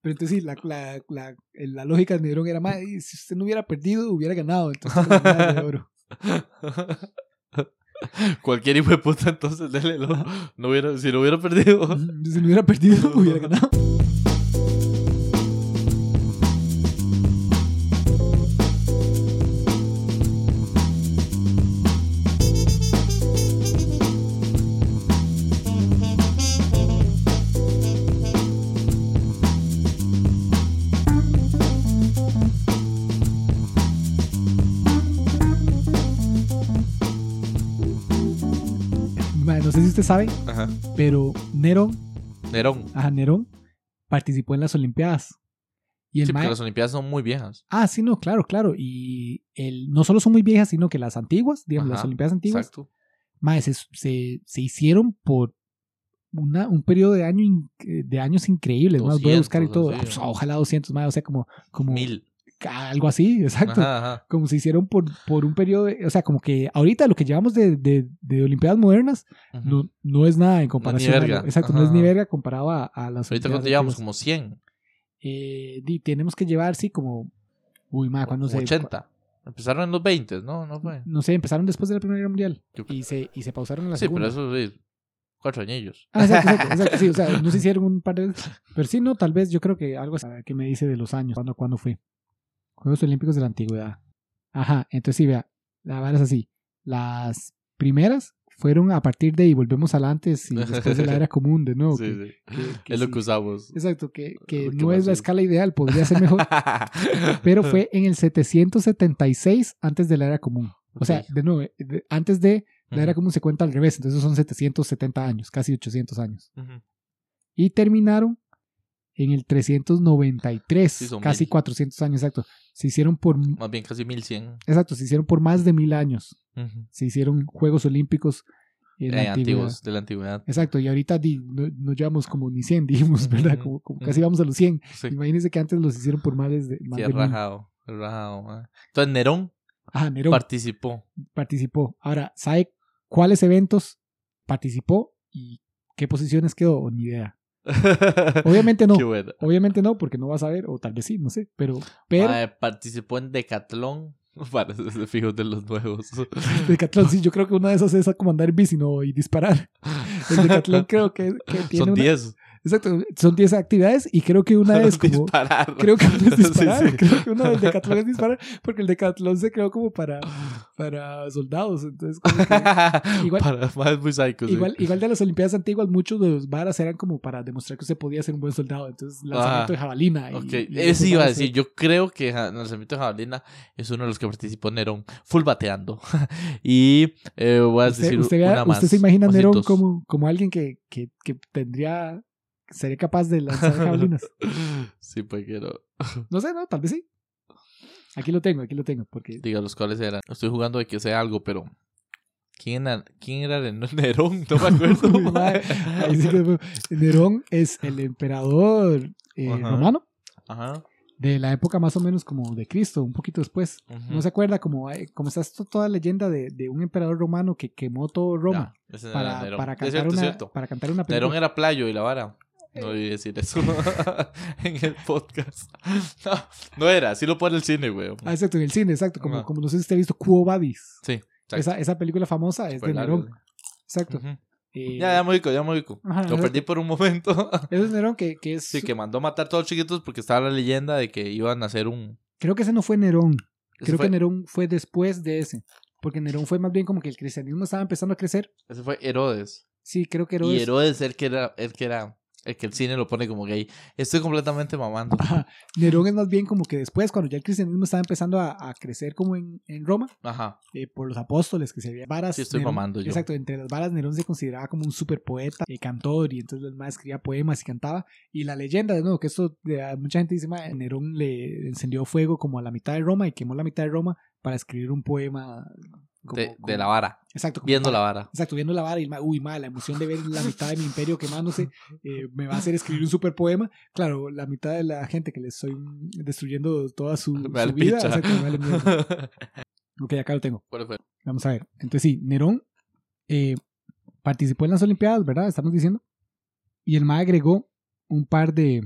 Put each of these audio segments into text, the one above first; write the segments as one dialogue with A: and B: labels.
A: Pero entonces sí, la, la, la, eh, la lógica de Nerón era más, si usted no hubiera perdido, hubiera ganado. Entonces, la medalla de oro.
B: Cualquier hijo de puta, entonces, dele, no, no hubiera, si no hubiera perdido.
A: Si no hubiera perdido, hubiera ganado. Mae, no sé si usted sabe,
B: Ajá.
A: pero Nerón,
B: Nerón.
A: ajá, Nerón participó en las Olimpiadas. Y el
B: Sí, porque
A: mae-
B: las Olimpiadas son muy viejas.
A: Ah, sí, no, claro, claro. Y el, no solo son muy viejas, sino que las antiguas, digamos, las
B: Ajá,
A: Olimpiadas antiguas,
B: Exacto.
A: mae, se, se, se hicieron por una, un periodo de, año in- de años increíbles. mae, voy a buscar y
B: 200,
A: todo.
B: así,
A: Ah, pues,
B: ¿no?
A: ojalá 200, mae, o sea, como, como
B: Mil.
A: algo así, exacto.
B: Ajá, ajá.
A: Como se hicieron por, por un periodo, de- o sea, como que ahorita lo que llevamos de, de, de Olimpiadas modernas
B: Ujú.
A: no, no es nada en comparación. a lo-
B: verga.
A: exacto, no es ni
B: Ajá.
A: verga comparado a, a las
B: Ahorita
A: Olimpiadas
B: cuando llevamos
A: antiguas.
B: como 100,
A: Eh, di, tenemos que llevar, sí, como... Uy, madre, Ah,
B: como
A: cuando se...
B: 80. Empezaron en los 20, ¿no? No fue.
A: No sé, empezaron después de la Primera Guerra Mundial
B: Yo-
A: y se, y se pausaron en la
B: sí,
A: Segunda.
B: pero eso sí. Cuatro añillos.
A: Ah, exacto, exacto, exacto, sí, o sea, no se hicieron un par de... Pero sí, no, tal vez yo creo que algo así, a ver, ¿qué me dice de los años, cuándo, cuándo fue. Juegos Olímpicos de la Antigüedad. Ajá, entonces sí, vea, la verdad es así. Las primeras fueron a partir de y volvemos al antes y después de la era común de nuevo.
B: sí,
A: que-
B: sí.
A: que- que
B: es lo
A: sí.
B: que usamos.
A: Exacto, que, que
B: Lo que
A: no es la
B: más-
A: escala ideal, podría ser mejor, pero fue en el 776 antes de la era común. O sea,
B: Ok.
A: de nuevo, eh, de- antes de la era
B: Ujú,
A: común se cuenta al revés, entonces son 770 años, casi 800 años.
B: ujú.
A: Y terminaron en el 393,
B: Sí, son
A: casi
B: mil.
A: 400 años, exacto. Se hicieron por,
B: Más bien casi 1100.
A: exacto, se hicieron por más de mil años.
B: ujú.
A: Se hicieron Juegos Olímpicos en la
B: Eh,
A: antigüedad.
B: antiguos, de la antigüedad.
A: Exacto, y ahorita di- no, no llevamos como ni 100, dijimos, ¿verdad?
B: Ujú,
A: Como, como
B: ujú.
A: casi vamos a los 100.
B: Sí,
A: Imagínense que antes los hicieron por más de, más
B: sí,
A: de mil.
B: rajado. rajado ma. Entonces Nerón
A: Ah, Nerón
B: participó.
A: participó. Ahora, ¿sabe cuáles eventos participó y qué posiciones quedó? Ni idea. Obviamente no.
B: Qué bueno.
A: Obviamente no, porque no vas a ver, o tal vez sí, no sé, pero, pero
B: Mae, participó en Decatlón. Para ser fijos de los nuevos.
A: Decathlon, sí, yo creo que una de esas es a comandar bici no, y disparar. El Decathlon creo que, que tiene
B: Son
A: una-
B: 10.
A: Exacto, son 10 actividades y creo que una es como...
B: Disparar.
A: Creo que una es
B: Sí,
A: disparar,
B: sí.
A: creo que una del Decathlon es disparar, porque el Decathlon se creó como para, para soldados, entonces como que- Igual-
B: Para más muy psycho, sí.
A: Igual, igual de las Olimpiadas antiguas, muchos de los varas eran como para demostrar que usted podía ser un buen soldado. Entonces, lanzamiento
B: Ah,
A: de jabalina. y-
B: Ok,
A: y
B: eso iba a
A: varas,
B: decir. Yo creo que ja- lanzamiento de jabalina es uno de los que participó Nerón, full bateando. y eh, voy a
A: Usted,
B: decir
A: usted vea-
B: una más.
A: usted se imagina a
B: más
A: Nerón
B: hitos.
A: como, como alguien que, que, que tendría. Sería capaz de lanzar jabalinas.
B: Sí, pues quiero.
A: No sé, no, tal vez sí. Aquí lo tengo, aquí lo tengo. Porque
B: Diga los cuales eran. Estoy jugando de que sea algo, pero. ¿Quién era, quién era Ner- Nerón? No me acuerdo.
A: Uy, madre. ahí sí que- Nerón es el emperador eh,
B: Ajá.
A: romano
B: Ajá.
A: de la época más o menos como de Cristo, un poquito después.
B: ujú.
A: ¿No se acuerda como, eh, como está esto- toda leyenda de, de un emperador romano que quemó todo Roma
B: Ya, ese era
A: para,
B: Nerón.
A: para,
B: Es
A: cantar
B: cierto, es
A: una,
B: cierto.
A: para cantar una
B: Nerón
A: película?
B: era playo y la vara. No voy a decir eso en el podcast. No, no era, sí lo pone el cine, güey.
A: Ah, exacto, en el cine, exacto. Como,
B: Ajá.
A: como no sé si usted ha visto Cuo Vadis.
B: Sí, exacto.
A: Esa, esa película famosa es
B: Fue
A: de
B: largo,
A: Nerón. Exacto.
B: Ujú.
A: Eh,
B: Ya, ya me ubico, ya me ubico.
A: Ajá,
B: Lo
A: exacto.
B: perdí por un momento.
A: Ese es Nerón que, que es...
B: Sí, que mandó matar a todos los chiquitos porque estaba la leyenda de que iban a hacer un...
A: Creo que ese no fue Nerón.
B: Ese
A: Creo
B: fue-
A: que Nerón fue después de ese. Porque Nerón fue más bien como que el cristianismo estaba empezando a crecer.
B: Ese fue Herodes.
A: Sí, creo que Herodes...
B: Y Herodes el que era... El que era... El que el cine lo pone como gay. Estoy completamente mamando.
A: Ajá. Nerón es más bien como que después, cuando ya el cristianismo estaba empezando a, a crecer como en, en Roma,
B: Ajá.
A: eh, por los apóstoles, que se había varas.
B: Sí, estoy mamando yo.
A: Exacto, entre las varas Nerón se consideraba como un super poeta, cantor, y entonces el más escribía poemas y cantaba. Y la leyenda, de nuevo, que esto, de- a mucha gente dice, "Ma, Nerón le encendió fuego como a la mitad de Roma y quemó la mitad de Roma para escribir un poema. como-
B: De,
A: como-
B: de la vara.
A: Exacto. como
B: Viendo la
A: para-
B: vara.
A: Exacto, viendo la vara y el ma- uy, ma, la emoción de ver la mitad de mi imperio quemándose eh, me va a hacer escribir un super poema. Claro, la mitad de la gente que le estoy mm, destruyendo toda su,
B: Me vale
A: su vida.
B: picha.
A: exacto, me vale mierda. ok, acá lo tengo.
B: ¿Cuál fue?
A: Vamos a ver. Entonces, sí, Nerón eh, participó en las Olimpiadas, ¿verdad? Estamos diciendo. Y el MA agregó un par de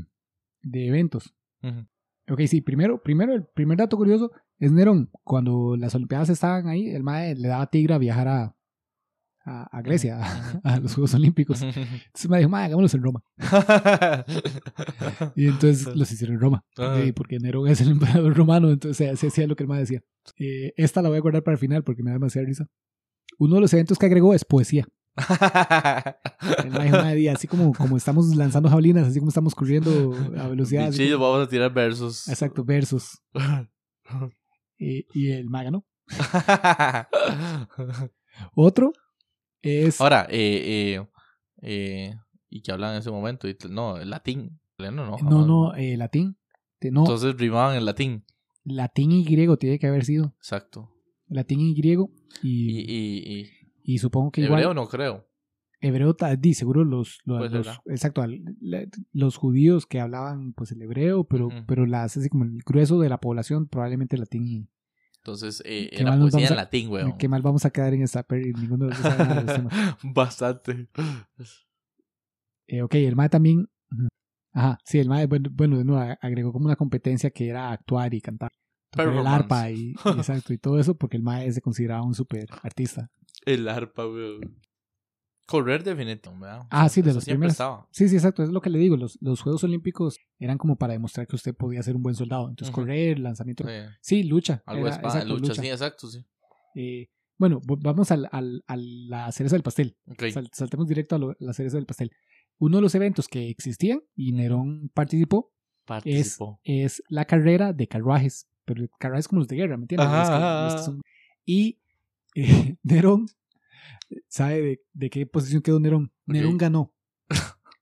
A: de eventos.
B: Ujú.
A: Ok, sí, primero, primero, el primer dato curioso es Nerón. Cuando las Olimpiadas estaban ahí, el MAE le daba tigra a viajar a, a, a Grecia, a, a los Juegos Olímpicos. Entonces me dijo, MAE, hagámoslos en Roma. Y entonces los hicieron en Roma.
B: Ah.
A: Sí, porque Nerón es el emperador romano, entonces se hacía lo que el MAE decía. Eh, esta la voy a guardar para el final porque me da demasiada risa. Uno de los eventos que agregó es poesía. El mae dijo, "Mae, di, así como, como estamos lanzando jabalinas, así como estamos corriendo a velocidad. así
B: Bichillos, vamos a tirar versus.
A: Exacto, versos. Eh, y el MAE ganó. Otro es.
B: Ahora, eh, eh, eh, ¿y qué hablan en ese momento? Y- No, el latín. Italiano no.
A: no,
B: jamás.
A: no, eh, latín. Te- No,
B: Entonces rimaban en latín.
A: latín y griego tiene que haber sido.
B: Exacto.
A: Latín y griego.
B: Y,
A: Y,
B: y, y
A: y supongo que igual.
B: hebreo no creo.
A: Hebreo, ta- di, seguro los. los,
B: Pues,
A: los-
B: hebreo.
A: exacto, al- la- los judíos que hablaban pues el hebreo, pero,
B: Ujú.
A: pero las, así como el grueso de la población, probablemente latín y.
B: Entonces eh,
A: Qué
B: era
A: mal nos
B: poesía
A: vamos
B: en
A: a-
B: latín, weón.
A: Qué mal vamos a quedar en esta, pero ninguno de los dos sabe nada de este los temas.
B: Bastante.
A: Eh, ok, el MAE también. ujú. Ajá, sí, el MAE, bueno, bueno, de nuevo, a- agregó como una competencia que era actuar y cantar. Tocar el
B: Performance.
A: arpa y, y exacto, y todo eso, porque el MAE se consideraba un super artista.
B: El arpa, weón. Correr definitivamente, ¿verdad?
A: Ah, sí, de
B: Eso
A: los
B: siempre
A: primeros.
B: estaba.
A: Sí, sí, exacto, es lo que le digo. Los, los Juegos Olímpicos eran como para demostrar que usted podía ser un buen soldado. Entonces,
B: Ujú.
A: correr, lanzamiento.
B: Sí.
A: Sí, lucha.
B: Algo
A: era-
B: de espada,
A: exacto,
B: lucha,
A: lucha.
B: sí, exacto, sí.
A: Eh, bueno, vo- vamos al, al, a la cereza del pastel.
B: Ok.
A: Sal- saltemos directo a, lo- la cereza del pastel. Uno de los eventos que existían y Nerón participó
B: Participó.
A: es la carrera de carruajes, pero carruajes como los de guerra, ¿me entiendes?
B: Ajá,
A: Los que-
B: ajá,
A: los que
B: ajá.
A: son- Y eh, Nerón, ¿sabe de, de qué posición quedó Nerón? Nerón
B: Ok.
A: ganó.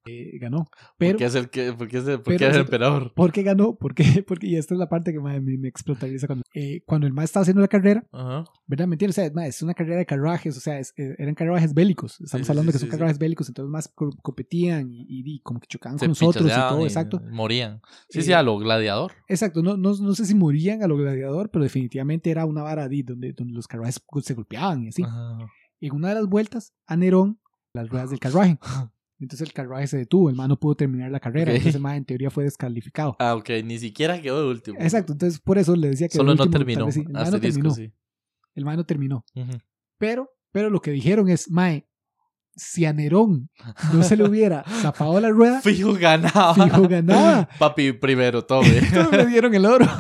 A: Eh, ganó. Pero,
B: ¿Por qué es el, que, por qué es el, por
A: pero
B: qué era el
A: nosotros-
B: emperador?
A: ¿por qué ganó? ¿Por qué? Porque, y esta es la parte que mae, me, me explota la risa cuando, eh, cuando el maestro estaba haciendo la carrera,
B: Ajá.
A: ¿verdad? ¿Me entiendes? O sea, mae, es una carrera de carruajes, o sea, es- eh, eran carruajes bélicos. Estamos
B: sí,
A: hablando
B: sí,
A: que son
B: sí, sí.
A: carruajes bélicos, entonces más co- competían y, y- y como que chocaban
B: Se
A: con nosotros y
B: pichaseaban
A: todo, exacto.
B: Morían. Sí,
A: Eh,
B: sí, a lo gladiador.
A: Exacto, no, no, no sé si morían a lo gladiador, pero definitivamente era una vara di, donde, donde los carruajes se golpeaban y así.
B: Ajá.
A: En una de las vueltas, a Nerón, las ruedas del carruaje. Entonces el carruaje se detuvo, el man no pudo terminar la carrera,
B: Ok.
A: entonces el man en teoría fue descalificado.
B: Ah, ok, ni siquiera quedó de último.
A: Exacto, entonces por eso le decía que
B: Solo
A: el
B: no
A: último, tal
B: terminó.
A: vez sí, el man no
B: Asterisco,
A: terminó.
B: sí.
A: El man no terminó.
B: Ujú.
A: Pero, pero lo que dijeron es, mae, si a Nerón no se le hubiera zapado la rueda,
B: Fijo ganaba.
A: Ah. Fijo ganaba.
B: Papi primero, tome.
A: le dieron el oro.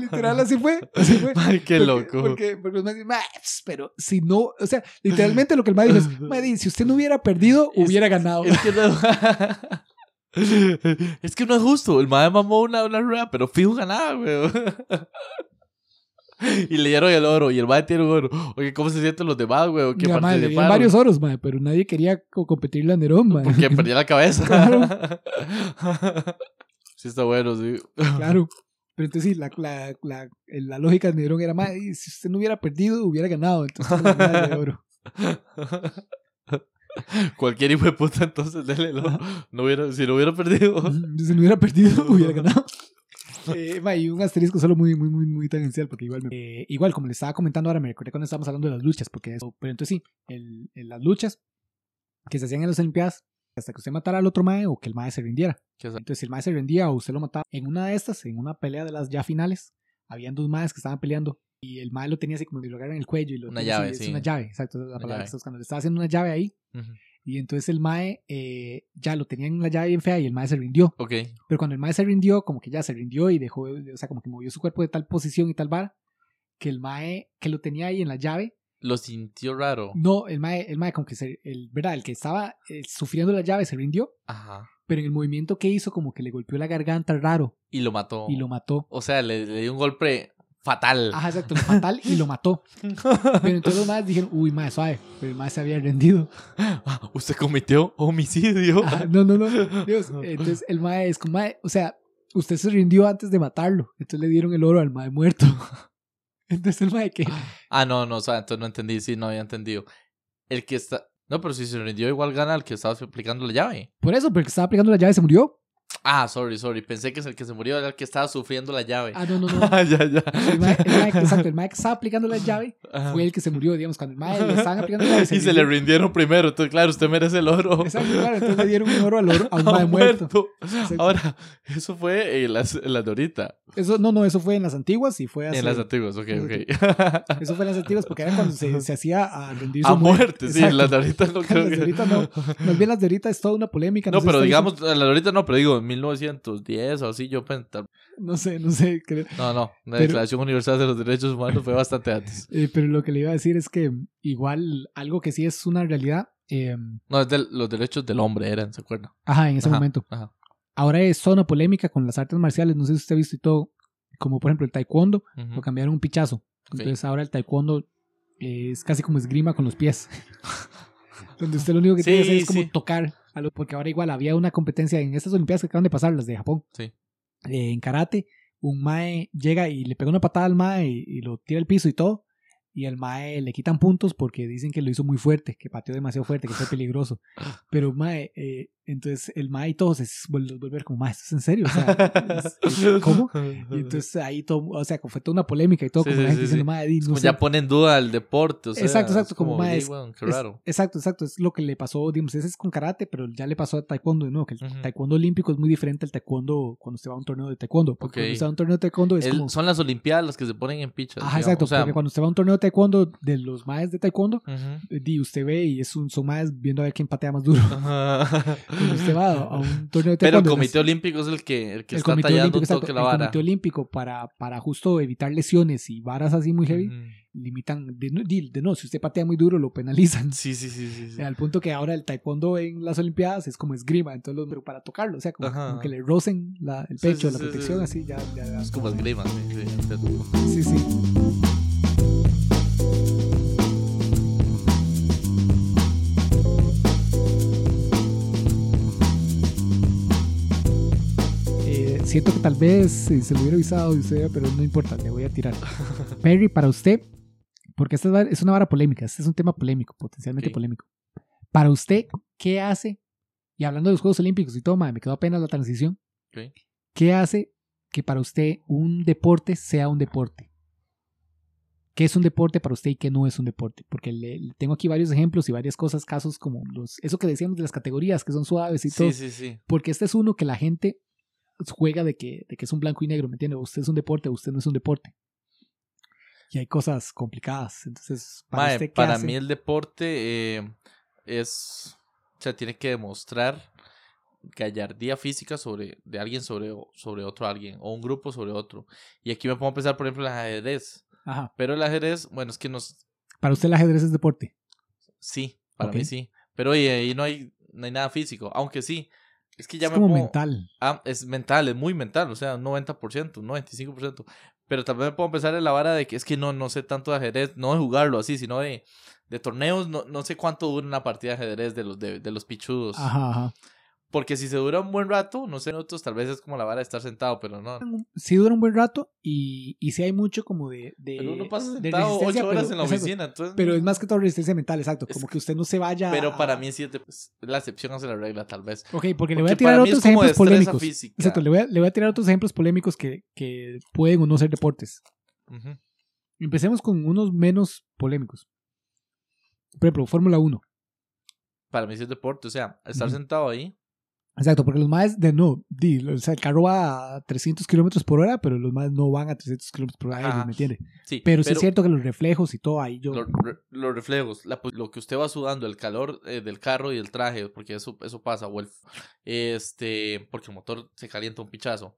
A: Literal, así fue. Así fue.
B: Ay, qué
A: Porque-
B: loco.
A: Porque, porque los maes dicen, "Ma, pss, pues, pero si no, o sea, literalmente lo que el mae dijo es, "Ma, di, si usted no hubiera perdido,
B: Es-
A: hubiera ganado.
B: Es que no. es que no es justo. El madre mamó una, una rueda, pero fijo ganaba, weón. Y le dieron el oro, y el madre tiene un oro. Oye, ¿cómo se sienten los demás, weón? Que
A: Ya, mae, le dieron
B: participaron.
A: varios oros, mae, pero nadie quería co- competirle a Nerón, mae.
B: Porque perdía la cabeza.
A: Claro.
B: sí, está bueno, sí.
A: Claro. Pero entonces sí, la, la, la, la lógica de Nerón era, "Ma, di, si usted no hubiera perdido, hubiera ganado. Entonces, la medalla de oro.
B: Cualquier hijo de puta, entonces, dele el oro. No hubiera, si lo hubiera perdido.
A: Si no hubiera perdido, hubiera ganado. Eh, ma, y un asterisco solo muy, muy, muy, muy tangencial, porque igual, me- eh, igual, como les estaba comentando ahora, me recordé cuando estábamos hablando de las luchas, porque eso, pero entonces sí, el, el- las luchas que se hacían en las Olimpiadas, hasta que usted matara al otro mae o que el mae se rindiera.
B: Qué sa-
A: Entonces, si el mae se rendía o usted lo mataba, en una de estas, en una pelea de las ya finales, habían dos maes que estaban peleando y el mae lo tenía así como que lo agarra en el cuello y lo
B: Una
A: tenía así,
B: llave,
A: es
B: sí.
A: una llave, exacto, esa es la
B: Una
A: palabra
B: llave.
A: que está buscando. Le estaba haciendo una llave ahí
B: Ujú.
A: y entonces el mae eh, ya lo tenía en una llave bien fea y el mae se rindió.
B: Ok.
A: Pero cuando el mae se rindió, como que ya se rindió y dejó, eh, o sea, como que movió su cuerpo de tal posición y tal vara, que el mae que lo tenía ahí en la llave,
B: Lo sintió raro.
A: no, el mae, el mae como que se, el, ¿verdad? El que estaba eh, sufriendo la llave se rindió,
B: Ajá.
A: pero en el movimiento que hizo como que le golpeó la garganta raro
B: Y lo mató.
A: y lo mató.
B: O sea, le, le dio un golpe fatal.
A: Ajá, exacto, lo fatal y lo mató. Pero entonces los maes dijeron, uy, mae, suave, pero el mae se había rendido.
B: Usted cometió homicidio.
A: Ajá, no, no, no. Dios, entonces el mae es como, "Mae, o sea, usted se rindió antes de matarlo, entonces le dieron el oro al mae muerto. Entonces el mae que...
B: Ah, no, no, o sea, entonces no entendí, sí, no había entendido. El que está. No, pero si se rindió, igual gana el que estaba aplicando la llave.
A: Por eso, porque estaba aplicando la llave se murió.
B: Ah, sorry, sorry. Pensé que es el que se murió era el que estaba sufriendo la llave.
A: Ah, no, no, no.
B: Ah, ya, ya.
A: El mae- el mae- exacto, el mae que estaba aplicando la llave
B: Ajá.
A: fue el que se murió, digamos, cuando el mae le estaban aplicando la llave.
B: Ah. Y se le rindieron primero. Entonces, claro, usted merece el oro.
A: Exacto, claro, entonces le dieron un oro al oro a un mae
B: Ha
A: muerto.
B: muerto.
A: Exacto.
B: Ahora, eso fue en las, en las de ahorita.
A: Eso, no, no, eso fue en las antiguas y fue hace-
B: En las antiguas, ok,
A: Eso
B: ok.
A: Eso fue en las antiguas porque era cuando se, se hacía a rendirse
B: A
A: un muerto.
B: muerte, sí.
A: Exacto.
B: Las de ahorita no creo
A: Las de
B: que.
A: ahorita no. Más bien las de ahorita es toda una polémica.
B: No,
A: sé
B: pero
A: si está
B: digamos, las de ahorita no, pero digo, en 1910 o así, yo pen- tal-
A: diciendo- No sé, no sé. creo.
B: No, no, la
A: Pero-
B: Declaración Universal de los Derechos Humanos fue bastante antes.
A: Eh, pero lo que le iba a decir es que igual algo que sí es una realidad. eh,
B: No, es de los derechos del hombre, eran, ¿se acuerdan?
A: ajá, en ese
B: Ajá,
A: momento.
B: Ajá.
A: Ahora es zona polémica con las artes marciales. No sé si usted ha visto y todo. Como por ejemplo el taekwondo,
B: Ujú.
A: lo cambiaron un pichazo. Entonces ahora el taekwondo eh, es casi como esgrima con los pies. Donde usted lo único que
B: Sí,
A: tiene que hacer es como
B: sí.
A: tocar. a lo- porque ahora igual había una competencia en estas Olimpiadas que acaban de pasar, las de Japón.
B: Sí.
A: Eh, en karate, un mae llega y le pega una patada al mae y, y lo tira al piso y todo. Y al mae le quitan puntos porque dicen que lo hizo muy fuerte, que pateó demasiado fuerte, que fue peligroso. Pero mae, eh, entonces el mae y todos se vuel- volver como, mae, ¿esto es en serio? O sea, es- ¿Cómo? Y entonces ahí todo, o sea, fue toda una polémica y todo,
B: Sí,
A: como
B: sí,
A: la gente
B: sí,
A: diciendo,
B: sí.
A: "Mae, di,
B: Es
A: no
B: como
A: sé".
B: ya pone en duda el deporte, o sea.
A: Exacto, exacto,
B: es
A: como, ma,
B: "Ey,
A: es-
B: weón, qué
A: es-
B: raro.
A: Exacto, exacto, es lo que le pasó, digamos, ese es con karate, pero ya le pasó a taekwondo, ¿no? Que el
B: Ujú.
A: taekwondo olímpico es muy diferente al taekwondo cuando usted va a un torneo de taekwondo, porque
B: Ok.
A: cuando usted va a un torneo de taekwondo es
B: El-
A: pues como...
B: Son las Olimpiadas las que se ponen en picha.
A: Ajá, exacto, porque cuando usted va a un torneo de taekwondo de los maes de taekwondo,
B: Ujú.
A: eh, di, usted ve y es un, son maes viendo a ver quién patea más duro.
B: Ajá.
A: Cuando usted va a un torneo de
B: Pero el
A: taekwondo... las-
B: Comité Olímpico es el que, el que
A: el
B: está
A: comité
B: tallando
A: olímpico,
B: un
A: exacto,
B: toque la
A: el
B: vara.
A: comité olímpico para, para justo evitar lesiones y varas así muy heavy,
B: Ujú.
A: limitan, de, no- di- de no, si usted patea muy duro lo penalizan.
B: Sí, sí, sí, sí. sí.
A: Al punto que ahora el taekwondo en las Olimpiadas es como esgrima, entonces los, pero para tocarlo, o sea, como,
B: Ajá.
A: como que le rocen la- el
B: Sí,
A: pecho,
B: sí,
A: la
B: sí,
A: protección,
B: sí.
A: así ya, ya, ya.
B: Es como esgrima, sí, sí, cierto.
A: Sí, sí. Eh, Siento que tal vez eh, se lo hubiera avisado, y usted, hubiera- pero no importa, le voy a tirar. Perry, para usted, porque esta es va- es una vara polémica, este es un tema polémico, potencialmente
B: Ok.
A: polémico. Para usted, ¿qué hace? Y hablando de los Juegos Olímpicos y todo, madre, me quedó apenas la transición.
B: Ok.
A: ¿Qué hace que para usted un deporte sea un deporte? ¿Qué es un deporte para usted y qué no es un deporte? Porque le, le tengo aquí varios ejemplos y varias cosas, casos como los, eso que decíamos de las categorías que son suaves y todo.
B: Sí, sí, sí.
A: Porque este es uno que la gente juega de que, de que es un blanco y negro, ¿me entiende? Usted es un deporte, usted no es un deporte. Y hay cosas complicadas. Entonces, para este
B: Mae,
A: usted, ¿qué
B: para
A: hace?
B: mí el deporte eh, es, o sea, tiene que demostrar gallardía física sobre de alguien sobre, o- sobre otro alguien o un grupo sobre otro. Y aquí me pongo a pensar, por ejemplo, en el ajedrez.
A: Ajá.
B: Pero el ajedrez, bueno, es que nos
A: Para usted el ajedrez es deporte.
B: sí, para
A: Ok.
B: mí sí. Pero oye, ahí no hay no hay nada físico, aunque sí. Es que ya
A: es
B: me
A: como
B: pongo-
A: mental.
B: Ah, es mental, es muy mental, o sea, un 90%, un 95%. Pero también me puedo empezar en la vara de que es que no, no sé tanto de ajedrez, no de jugarlo así, sino de, de torneos, no, no sé cuánto dura una partida de ajedrez de los, de, de los pichudos.
A: Ajá, ajá.
B: Porque si se dura un buen rato, no sé, minutos, tal vez es como la vara de estar sentado, pero no.
A: Sí dura un buen rato y, y sí hay mucho como de, de,
B: Pero uno pasa
A: de
B: sentado
A: resistencia,
B: ocho horas
A: pero-
B: en la
A: exacto.
B: oficina, entonces...
A: Pero es más que todo resistencia mental, exacto.
B: Es
A: Como
B: que-
A: que usted no se vaya.
B: pero
A: a-
B: para mí sí es de- es la excepción hace la regla, tal vez.
A: Ok, porque, le
B: Porque
A: voy a tirar
B: para mí
A: otros
B: es como
A: ejemplos
B: destreza
A: polémicos.
B: física.
A: Exacto, le voy, a, le voy a tirar otros ejemplos polémicos que, que pueden o no ser deportes.
B: Ujú.
A: Empecemos con unos menos polémicos. Por ejemplo, Fórmula 1.
B: Para mí sí es deporte, o sea, estar
A: Ujú.
B: sentado ahí.
A: Exacto, porque los más de no, di, o sea, el carro va a 300 kilómetros por hora, pero los más no van a 300 kilómetros por hora,
B: Ajá.
A: ¿me entiende?
B: Sí,
A: Pero, sí es cierto que los reflejos y todo ahí yo.
B: Los, re- los reflejos, la pos- lo que usted va sudando, el calor eh, del carro y el traje, porque eso, eso pasa, o el- este, porque el motor se calienta un pichazo.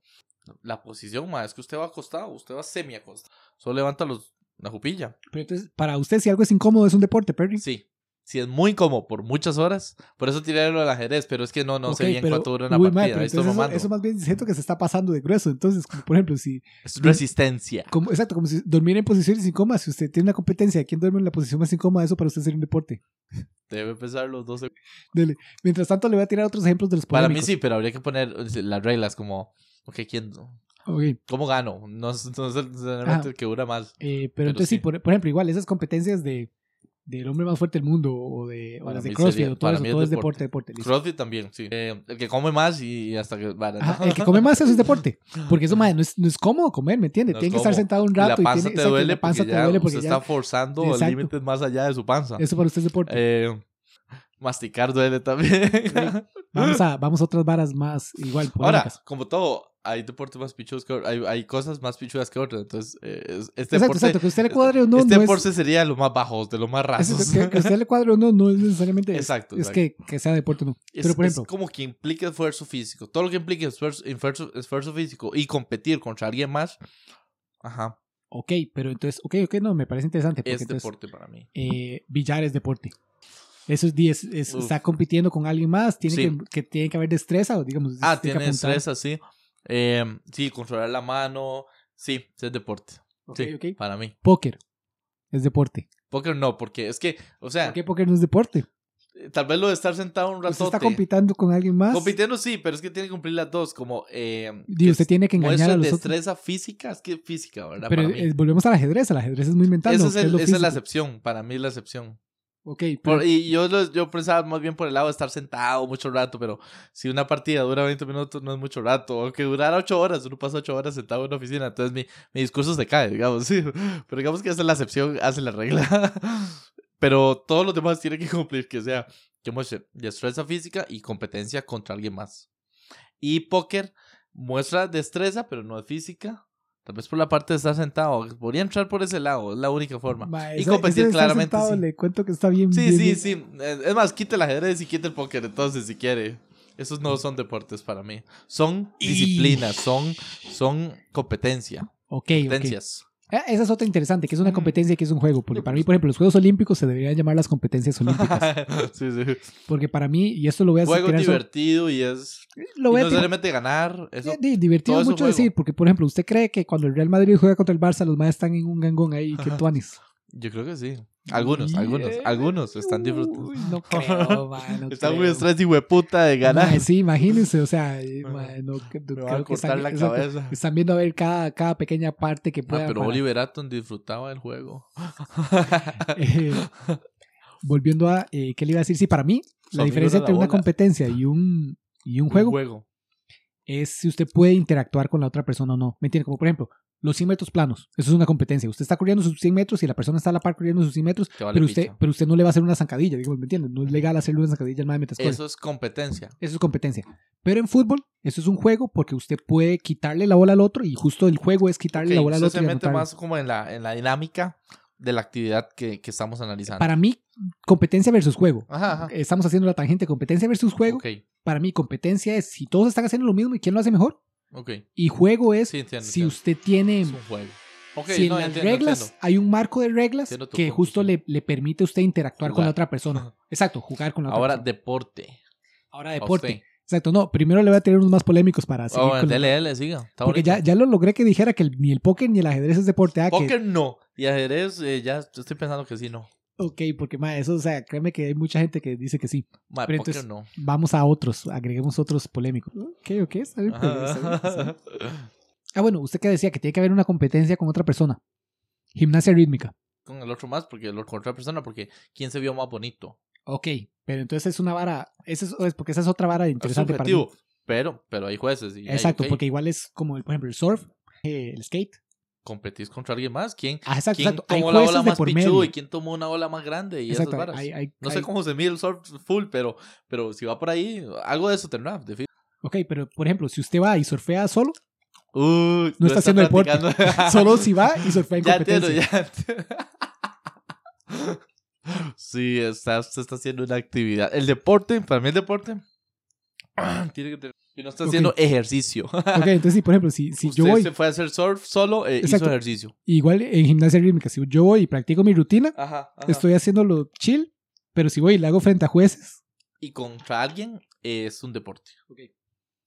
B: La posición, más es que usted va acostado, usted va semi acostado. Solo levanta los, la jupilla.
A: Pero entonces, para usted, si algo es incómodo, es un deporte, Perry.
B: Sí, sí, es muy incómodo por muchas horas. Por eso tiré lo del ajedrez, pero es que no, no sé
A: Ok,
B: bien
A: pero-
B: cuánto dura una
A: uy, madre,
B: partida.
A: pero
B: ahí estoy
A: entonces eso,
B: mamando.
A: eso más bien siento que se está pasando de grueso. Entonces, como por ejemplo, si.
B: Es resistencia.
A: como- exacto, como si dormir en posiciones incómodas, si usted tiene una competencia, ¿quién duerme en la posición más incómoda? Eso para usted sería un deporte.
B: Debe pesar los 12.
A: Dele. Mientras tanto, le voy a tirar otros ejemplos de los
B: Para
A: polémicos.
B: mí sí, pero habría que poner eh, las reglas como, ok, ¿quién,
A: Ok,
B: ¿cómo gano? No, es- no es necesariamente el que dura más.
A: eh, pero,
B: Pero
A: entonces,
B: sí.
A: sí, por, por ejemplo, igual, esas competencias de. del hombre más fuerte del mundo o de, o
B: Para
A: las de
B: mí
A: CrossFit
B: sería-
A: o todo
B: para
A: eso,
B: mí es
A: todo es
B: deporte.
A: deporte, deporte. listo.
B: CrossFit también, sí. Eh, el que come más y y hasta que... vale, ¿no?
A: Ajá, el que come más eso es este deporte, porque eso madre, no, es, no es cómodo comer, ¿me entiendes?
B: No es
A: Tienes que estar
B: cómodo.
A: sentado un
B: Y la
A: rato
B: panza
A: y tiene,
B: te
A: exacto,
B: duele
A: la panza
B: porque
A: te
B: ya
A: duele porque
B: usted
A: ya-
B: está forzando
A: Exacto.
B: límites más allá de su panza.
A: eso para usted es deporte.
B: Eh, masticar duele también.
A: Vamos a, vamos a otras varas más igual.
B: Ahora,
A: polémicas.
B: como todo, hay deportes más pichudos que otros. Hay, hay cosas más pichudas que otras. Entonces, eh, es- este
A: exacto,
B: deporte,
A: exacto, que usted le cuadre o no,
B: este
A: no es,
B: deporte sería de los más bajos, de los más
A: eso es
B: rasos.
A: que, que usted le cuadre o no, no es necesariamente es-
B: Exacto,
A: es,
B: exacto.
A: que, que sea deporte o no.
B: Es,
A: Pero por
B: es
A: ejemplo,
B: como que implica esfuerzo físico. Todo lo que implica esfuerzo, esfuerzo, esfuerzo físico y competir contra alguien más. Ajá.
A: ok, pero entonces, ok, ok, no, me parece interesante porque
B: Es
A: entonces
B: deporte para mí.
A: eh, billar es deporte. Eso es 10, es-
B: Uf.
A: está compitiendo con alguien más, tiene,
B: Sí.
A: que, que tiene que haber destreza, o digamos.
B: Ah,
A: que
B: tiene
A: apuntar.
B: estrés así. Eh, sí, controlar la mano. Sí, es deporte.
A: Ok,
B: sí,
A: ok.
B: para mí.
A: Póker es deporte.
B: Póker no, porque es que, o sea,
A: ¿Por qué póker no es deporte?
B: eh, tal vez lo de estar sentado un
A: Usted está
B: ratote.
A: compitiendo con alguien más
B: Compitiendo sí, pero es que tiene que cumplir las dos, como eh,
A: y usted tiene que engañar a
B: muestras
A: los otros.
B: destreza física, es que física, ¿verdad?
A: Pero
B: para mí.
A: eh, volvemos al ajedrez, el ajedrez es muy mental.
B: Ese
A: no,
B: es
A: usted
B: el-
A: lo
B: esa es
A: físico.
B: la excepción, para mí la excepción.
A: Ok, pero-
B: Por- y yo, lo- yo pensaba más bien por el lado de estar sentado mucho rato, pero si una partida dura 20 minutos no es mucho rato, aunque durara 8 horas, uno pasa 8 horas sentado en una oficina, entonces mi, mi discurso se cae, digamos, sí. Pero digamos que esa es la excepción, hace la regla. Pero todos los demás tienen que cumplir, que sea, que muestre destreza física y competencia contra alguien más. Y póker muestra destreza, pero no es física. Tal vez por la parte de estar sentado, podría entrar por ese lado, es la única forma.
A: Ma,
B: y
A: ese-
B: competir
A: ese de estar
B: claramente, sí.
A: Le cuento que está bien.
B: Sí,
A: bien,
B: sí,
A: bien.
B: sí. Eh, Es más, quita el ajedrez y quita el póker, entonces, si quiere. Esos no son deportes para mí. Son
A: Y-
B: disciplinas, son, son competencia,
A: Ok, ok.
B: competencias.
A: Ah, Esa es otra interesante, que es una
B: Mm.
A: competencia y que es un juego. Porque para mí, por ejemplo, los Juegos Olímpicos se deberían llamar las competencias olímpicas.
B: sí, sí.
A: Porque para mí, y esto lo voy a
B: Juego
A: tirar sobre-
B: divertido y es.
A: lo
B: y
A: voy a
B: no
A: tirar-
B: solamente ganar. Eso,
A: Eh, di- divertido
B: todo
A: es
B: es un
A: mucho
B: juego.
A: decir, porque por ejemplo, ¿usted cree que cuando el Real Madrid juega contra el Barça, los más están en un gangón ahí, que tuanes?
B: yo creo que sí. Algunos,
A: Y-
B: algunos, algunos están disfrutando.
A: Uy, No creo, man, no
B: Están
A: creo.
B: muy estrés y hueputa de ganar.
A: Ma, sí, imagínense, o sea, eh,
B: Bueno,
A: ma, no, que-
B: Me van a
A: creo que
B: cortar
A: están,
B: la
A: exacto,
B: cabeza.
A: están viendo a ver cada, cada pequeña parte que
B: Ah,
A: pueda.
B: pero
A: para-
B: Oliver Atom disfrutaba del juego.
A: Eh, volviendo a eh, qué le iba a decir, sí, para mí la
B: Su amigo
A: diferencia
B: era la
A: entre una
B: bola.
A: competencia y un, y un juego
B: Un juego.
A: es si usted puede interactuar con la otra persona o no. ¿Me entiende? Como por ejemplo, los 100 metros planos. Eso es una competencia. Usted está corriendo sus 100 metros y la persona está a la par corriendo sus 100 metros,
B: que vale
A: pero, usted,
B: picha.
A: pero usted no le va a hacer una zancadilla. Digo, ¿me entiende? No es legal hacerle una zancadilla al mae mientras corre.
B: Eso es competencia.
A: Eso es competencia. Pero en fútbol, eso es un juego porque usted puede quitarle la bola al otro y justo el juego es quitarle
B: Ok,
A: la bola al
B: usted
A: otro.
B: se
A: y
B: mete
A: anotarle.
B: más como en la, en la dinámica de la actividad que, que estamos analizando.
A: Para mí, competencia versus juego.
B: Ajá, ajá.
A: Estamos haciendo la tangente competencia versus juego.
B: Ok,
A: Para mí, competencia es si todos están haciendo lo mismo y quién lo hace mejor.
B: ok.
A: Y juego es
B: Sí, entiendo.
A: si
B: entiendo.
A: usted tiene.
B: Es un juego. Ok,
A: si en
B: no,
A: las
B: entiendo,
A: reglas
B: entiendo.
A: hay un marco de reglas
B: Entiendo tu
A: que
B: punto,
A: justo
B: sí.
A: le, le permite a usted interactuar con
B: Jugar.
A: la otra persona. Exacto, jugar con la otra
B: Ahora,
A: persona.
B: deporte.
A: Ahora
B: A
A: deporte.
B: usted.
A: Exacto, no, primero le voy a tener unos más polémicos para seguir
B: Oh,
A: con la-
B: dele, dele, siga. Está
A: Porque ya,
B: bonito.
A: ya lo logré que dijera que el- ni el póker ni el ajedrez es deporte. Ah, que-
B: Póker no. Y ajedrez, eh, ya yo estoy pensando que sí, no.
A: ok, porque ma, eso, o sea, créeme que hay mucha gente que dice que sí.
B: Ma,
A: Pero
B: póker
A: entonces-
B: no.
A: Vamos a otros, agreguemos otros polémicos. Ok, ok, está bien, pero está bien, está bien.
B: Ajá.
A: Ah, bueno, usted que decía que tiene que haber una competencia con otra persona. Gimnasia rítmica.
B: Con el otro más, porque el otro, con otra persona, porque quién se vio más bonito.
A: Ok, pero entonces es una vara, esa es, es porque esa es otra vara
B: Es
A: interesante para mí.
B: subjetivo. Pero, pero hay jueces. Y hay,
A: Exacto,
B: ok,
A: porque igual es como, el, por ejemplo, el surf, eh, el skate.
B: Competís contra alguien más. ¿Quién,
A: Ah, exacto,
B: quién
A: exacto. Hay
B: tomó la
A: jueces
B: ola
A: de
B: más
A: por
B: pichuda
A: medio.
B: y quién tomó una ola más grande y esas
A: Exacto,
B: varas.
A: hay- hay-
B: no
A: hay-
B: sé cómo se mide el surf full, pero, pero si va por ahí, algo de eso tendrá. de fijo.
A: Ok, pero por ejemplo, si usted va y surfea solo,
B: Uy,
A: No
B: lo
A: está haciendo deporte.
B: practicando.
A: solo si va y surfea en
B: Ah. ya entiendo,
A: competencia.
B: ya entiendo. Sí, está, se está haciendo una actividad. El deporte, para mí el deporte, tiene que tener... Si no está
A: Ok.
B: haciendo ejercicio.
A: Ok, entonces sí, por ejemplo, si, si yo
B: Usted
A: voy,
B: se fue a hacer surf solo, eh, hizo
A: Exacto.
B: ejercicio.
A: igual en gimnasia rítmica, si yo voy y practico mi rutina,
B: Ajá, ajá.
A: estoy haciéndolo chill, pero si voy y le hago frente a jueces,
B: Y contra alguien eh, es un deporte.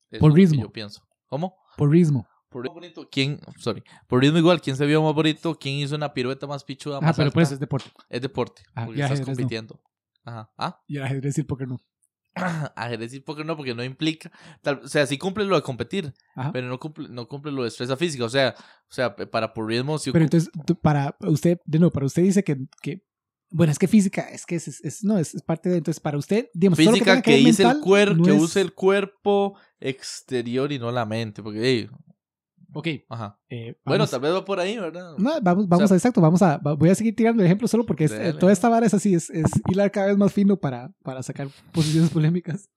B: Es
A: Por
B: lo que
A: ritmo.
B: Yo pienso. ¿Cómo?
A: por ritmo.
B: Por ritmo bonito, ¿quién? Sorry. Por ritmo igual, ¿quién se vio más bonito? ¿Quién hizo una pirueta más pichuda?
A: Ah,
B: Más
A: pero
B: alta?
A: por eso es deporte.
B: Es deporte.
A: Ah,
B: porque
A: y
B: estás
A: ajedrez no.
B: compitiendo. Ajá. Ah,
A: Y el ajedrez y el póker no.
B: ajedrez y póker no, porque no implica. tal- o sea, sí cumple lo de competir,
A: Ajá.
B: pero no cumple, no cumple lo de estresa física. O sea, o sea, p- para por ritmo sí
A: Pero
B: ocupa-
A: entonces, tú- para usted, de nuevo, para usted dice que, que Bueno, es que física, es que es, es- es- no, es, es parte de. Entonces, para usted, digamos, todo lo
B: Física
A: tenga
B: que,
A: ver
B: hice el
A: mental
B: cuerpo,
A: no
B: que
A: es-
B: use el cuerpo exterior y no la mente. Porque, hey,
A: Ok.
B: ajá.
A: eh,
B: Bueno,
A: vamos-
B: tal vez va por ahí, ¿verdad?
A: No, vamos, vamos
B: O sea-
A: a exacto, vamos a, va- voy a seguir tirando ejemplos solo porque es- eh,
B: Dale.
A: toda esta vara es así, es, es hilar cada vez más fino para, para sacar posiciones polémicas.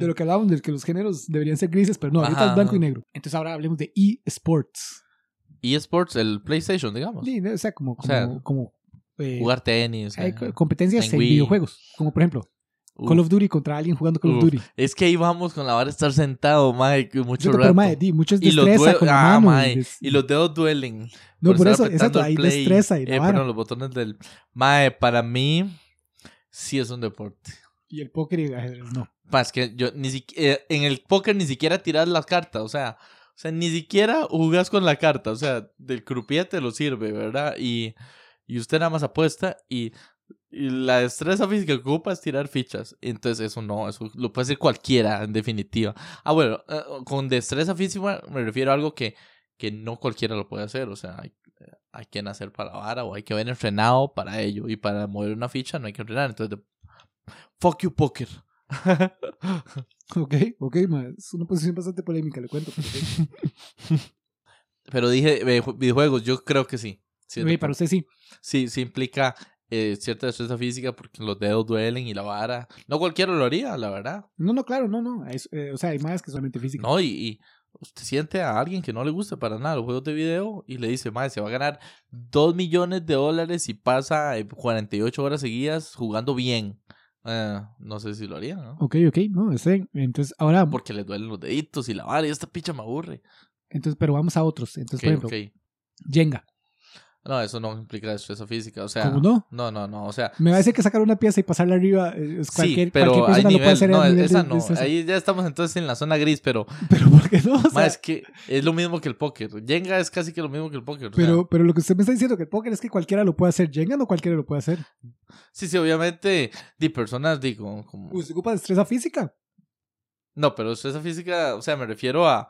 A: De lo que hablábamos, del que los géneros deberían ser grises, pero no, ahorita
B: Mm. Ajá.
A: es blanco y negro. Entonces ahora hablemos de eSports.
B: eSports, el PlayStation, digamos.
A: Sí, ¿no? O sea, como,
B: O
A: como,
B: sea,
A: como, eh,
B: Jugar tenis.
A: hay
B: ajá.
A: co- competencias
B: en
A: en
B: Wii.
A: videojuegos, como por ejemplo
B: Uf.
A: Call of Duty contra alguien jugando Call
B: Uf,
A: of Duty.
B: Es que ahí vamos con la vara de estar sentado, mae, que mucho
A: Yo te-
B: rato.
A: pero madre, di, mucho es
B: y, los
A: destreza
B: due-
A: con la
B: ah,
A: mano.
B: mae,
A: des-
B: y los dedos duelen.
A: no, por
B: estar
A: eso,
B: apretando
A: exacto,
B: el
A: ahí
B: play.
A: destreza y
B: Eh,
A: la
B: pero
A: vara.
B: los botones del... Mae, para mí, sí es un deporte.
A: Y el póker y el ajedrez, no.
B: Pa, es que yo ni siquiera... en el póker ni siquiera tiras las cartas, o sea... O sea, ni siquiera jugas con la carta, o sea, del croupier te lo sirve, ¿verdad? Y, y usted nada más apuesta y, y la destreza física que ocupa es tirar fichas. Entonces, eso no, eso lo puede hacer cualquiera, en definitiva. Ah, bueno, eh, con destreza física me refiero a algo que, que no cualquiera lo puede hacer, o sea, hay, hay que nacer para la vara o hay que haber entrenado para ello. Y para mover una ficha no hay que entrenar, entonces, de- fuck you, poker.
A: Ok, ok, ma, es una posición bastante polémica, le cuento. pero sí.
B: Pero dije, eh, ju- videojuegos, yo creo que sí. Sí,
A: Oye, para usted sí.
B: sí, sí implica eh, cierta destreza física porque los dedos duelen y la vara. No cualquiera lo haría, la verdad.
A: No, no, claro, no, no. es- eh, o sea, hay más que solamente física.
B: No, y, y usted siente a alguien que no le gusta para nada los juegos de video y le dice, madre, se va a ganar 2 millones de dólares y pasa eh, 48 horas seguidas jugando bien. Eh, no sé si lo haría, ¿no?
A: Ok, ok, no, está bien. Entonces, ahora,
B: Porque le duelen los deditos y la vara y esta picha me aburre.
A: entonces, pero vamos a otros. Entonces,
B: Ok,
A: Pues, por ejemplo,
B: ok.
A: Jenga.
B: No, eso no implica destreza física, o sea...
A: ¿Cómo no?
B: No, no, no, o sea...
A: Me va a decir que sacar una pieza y pasarla arriba, eh, es cualquier,
B: sí, pero
A: cualquier persona lo
B: hay nivel,
A: puede hacer
B: no,
A: al nivel
B: esa
A: de-
B: no,
A: de esa-
B: ahí ya estamos entonces en la zona gris, pero
A: Pero ¿por qué no? O sea,
B: mae, es que es lo mismo que el póker. Jenga es casi que lo mismo que el póker. o sea,
A: pero, pero lo que usted me está diciendo que el póker es que cualquiera lo puede hacer. Jenga no cualquiera lo puede hacer.
B: sí, sí, obviamente, de personas, digo, como...
A: Usted ocupa destreza física.
B: No, pero esa física, o sea, me refiero a.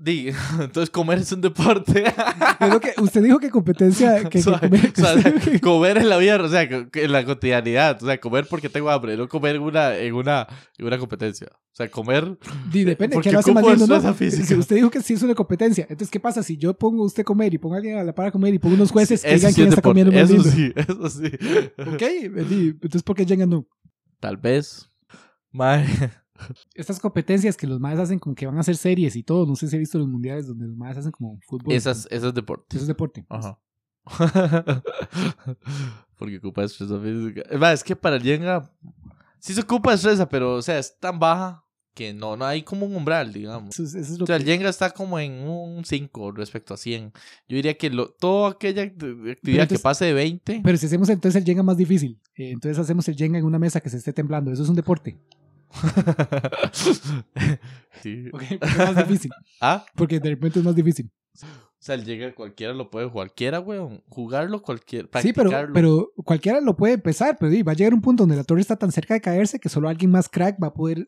B: Di, entonces comer es un deporte.
A: Es lo que usted dijo que competencia. Que, que
B: Suave,
A: comer- que
B: suave.
A: usted dijo que-
B: comer en la vida, o sea, co- en la cotidianidad. O sea, comer porque tengo hambre, no comer en una, en una, en una competencia. O sea, comer.
A: Di, depende,
B: Porque
A: que lo hace más
B: ocupo
A: bien o no.
B: destreza física.
A: Si Usted dijo que sí es una competencia. Entonces, ¿qué pasa si yo pongo a usted comer y pongo a alguien a la para comer y pongo unos jueces que
B: eso
A: digan
B: sí
A: quién
B: es
A: está
B: deporte.
A: comiendo más
B: Eso
A: lindo?
B: sí, eso sí.
A: Ok, eh, di, entonces, ¿por qué Jenga no?
B: Tal vez. Mae.
A: Estas competencias que los maes hacen como que van a hacer series y todo. No sé si he visto los mundiales donde los maes hacen como fútbol.
B: Esas, esas deportes.
A: Eso es deporte.
B: Ajá. Porque ocupa destreza física. Es más, es que para el Jenga sí se ocupa destreza, pero o sea, es tan baja que no, no hay como un umbral, digamos.
A: Eso es, eso es lo
B: O sea, el
A: que-
B: Jenga está como en un 5 respecto a 100. Yo diría que lo, toda aquella act- actividad que
A: entonces-
B: pase de 20,
A: Pero si hacemos entonces el Jenga más difícil, eh, entonces hacemos el Jenga en una mesa que se esté temblando. Eso es un deporte.
B: sí.
A: Ok, ¿por qué más difícil.
B: Ah,
A: Porque de repente es más difícil.
B: o sea, el Jenga cualquiera lo puede jugar, cualquiera, weón. Jugarlo cualquiera,
A: Sí, pero,
B: practicarlo.
A: pero cualquiera lo puede empezar, pero di, va a llegar un punto donde la torre está tan cerca de caerse que solo alguien más crack va a poder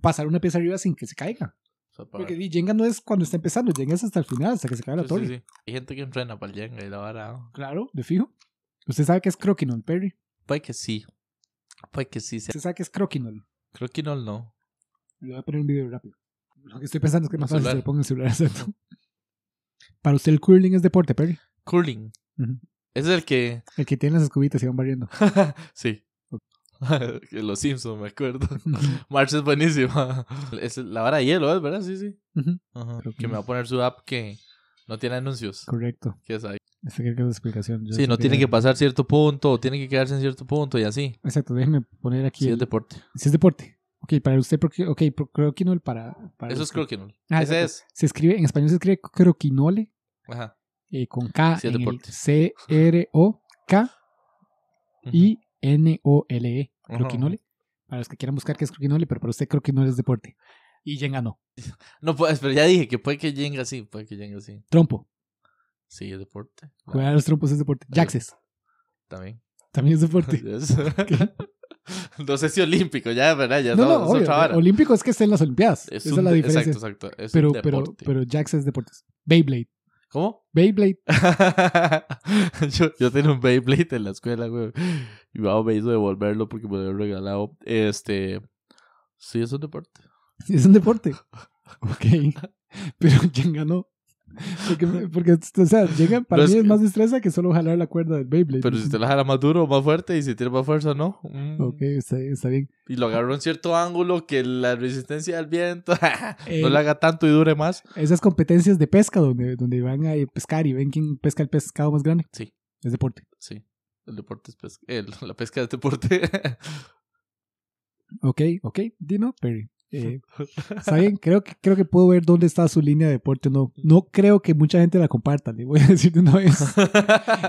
A: pasar una pieza arriba sin que se caiga.
B: O sea, para-
A: Porque di, Jenga no es cuando está empezando, Jenga es hasta el final, hasta que se caiga la
B: sí, sí,
A: torre.
B: sí. Hay gente que entrena para el Jenga y la vara.
A: Claro, de fijo. Usted sabe que es croquinol, Perry.
B: Puede que sí. Puede que sí. sea.
A: Usted sabe que es croquinol.
B: Creo que no, no.
A: Le voy a poner un video rápido. Lo que estoy pensando es que
B: El
A: más fácil se
B: celular.
A: le ponga el celular exacto. Para usted el curling es deporte, Perry.
B: Curling.
A: Ujú.
B: Ese es el que.
A: El que tiene las escubitas y van barriendo.
B: sí. Que Los Simpsons, me acuerdo. March es buenísima. Es la vara de hielo, ¿eh? ¿verdad? Sí, sí.
A: Ujú.
B: Ajá.
A: Creo que
B: Que me
A: no.
B: va a poner su app que no tiene anuncios.
A: Correcto.
B: Que es ahí.
A: Esta creo que es la explicación. Yo
B: Sí, no
A: creo
B: tiene que pasar cierto punto, o tiene que quedarse en cierto punto y así.
A: Exacto, déjeme poner aquí.
B: Sí,
A: el-
B: es deporte.
A: Si es deporte. Ok, para usted, porque, ok, pro- croquinol para, para
B: Eso es
A: usted.
B: croquinol.
A: Ah,
B: Ese
A: exacto.
B: es.
A: Se escribe, en español se escribe croquinole
B: Ajá.
A: eh, con K,
B: Sí, es
A: en el
B: deporte.
A: C-R-O-K-I-N-O-L-E,
B: Ujú.
A: E, croquinole. Para los que quieran buscar qué es croquinole, pero para usted croquinole es deporte. Y Jenga no.
B: No puedes, pero ya dije que puede que Jenga sí, puede que Jenga sí.
A: Trompo.
B: Sí, es deporte.
A: Jugar a los trompos es deporte.
B: Ahí.
A: Jaxes.
B: También.
A: También es deporte.
B: Yes. no sé si olímpico, ya, ¿verdad? Ya
A: no,
B: estamos-
A: no,
B: es
A: obvio.
B: otra vara.
A: Olímpico es que esté en las Olimpiadas.
B: Es
A: Esa
B: un
A: es la
B: de-
A: diferencia.
B: Exacto, exacto. Es
A: pero,
B: un
A: pero,
B: deporte.
A: pero Jax es deportes. Beyblade.
B: ¿Cómo?
A: Beyblade.
B: yo, yo tenía un Beyblade en la escuela, güey. Y mi mamá me hizo devolverlo porque me lo habían regalado. Este. Sí, es un deporte.
A: Es un deporte. Ok. Pero ¿quién ganó? Porque, porque o sea, llega, para
B: No, es
A: mí es
B: que-
A: más destreza que solo jalar la cuerda del Beyblade.
B: Pero si te la jala más duro o más fuerte y si tiene más fuerza, no. Mm.
A: Ok, está, está bien.
B: Y lo agarró en cierto ángulo que la resistencia del viento no
A: Eh,
B: le haga tanto y dure más.
A: Esas competencias de pesca donde, donde van a pescar y ven quién pesca el pescado más grande.
B: Sí.
A: Es deporte.
B: Sí. El deporte es pesca. el- la pesca es deporte.
A: Ok, ok, Dino Perry. Eh, está bien, creo que, creo que puedo ver dónde está su línea de deporte. No, no creo que mucha gente la comparta, le voy a decir de una vez.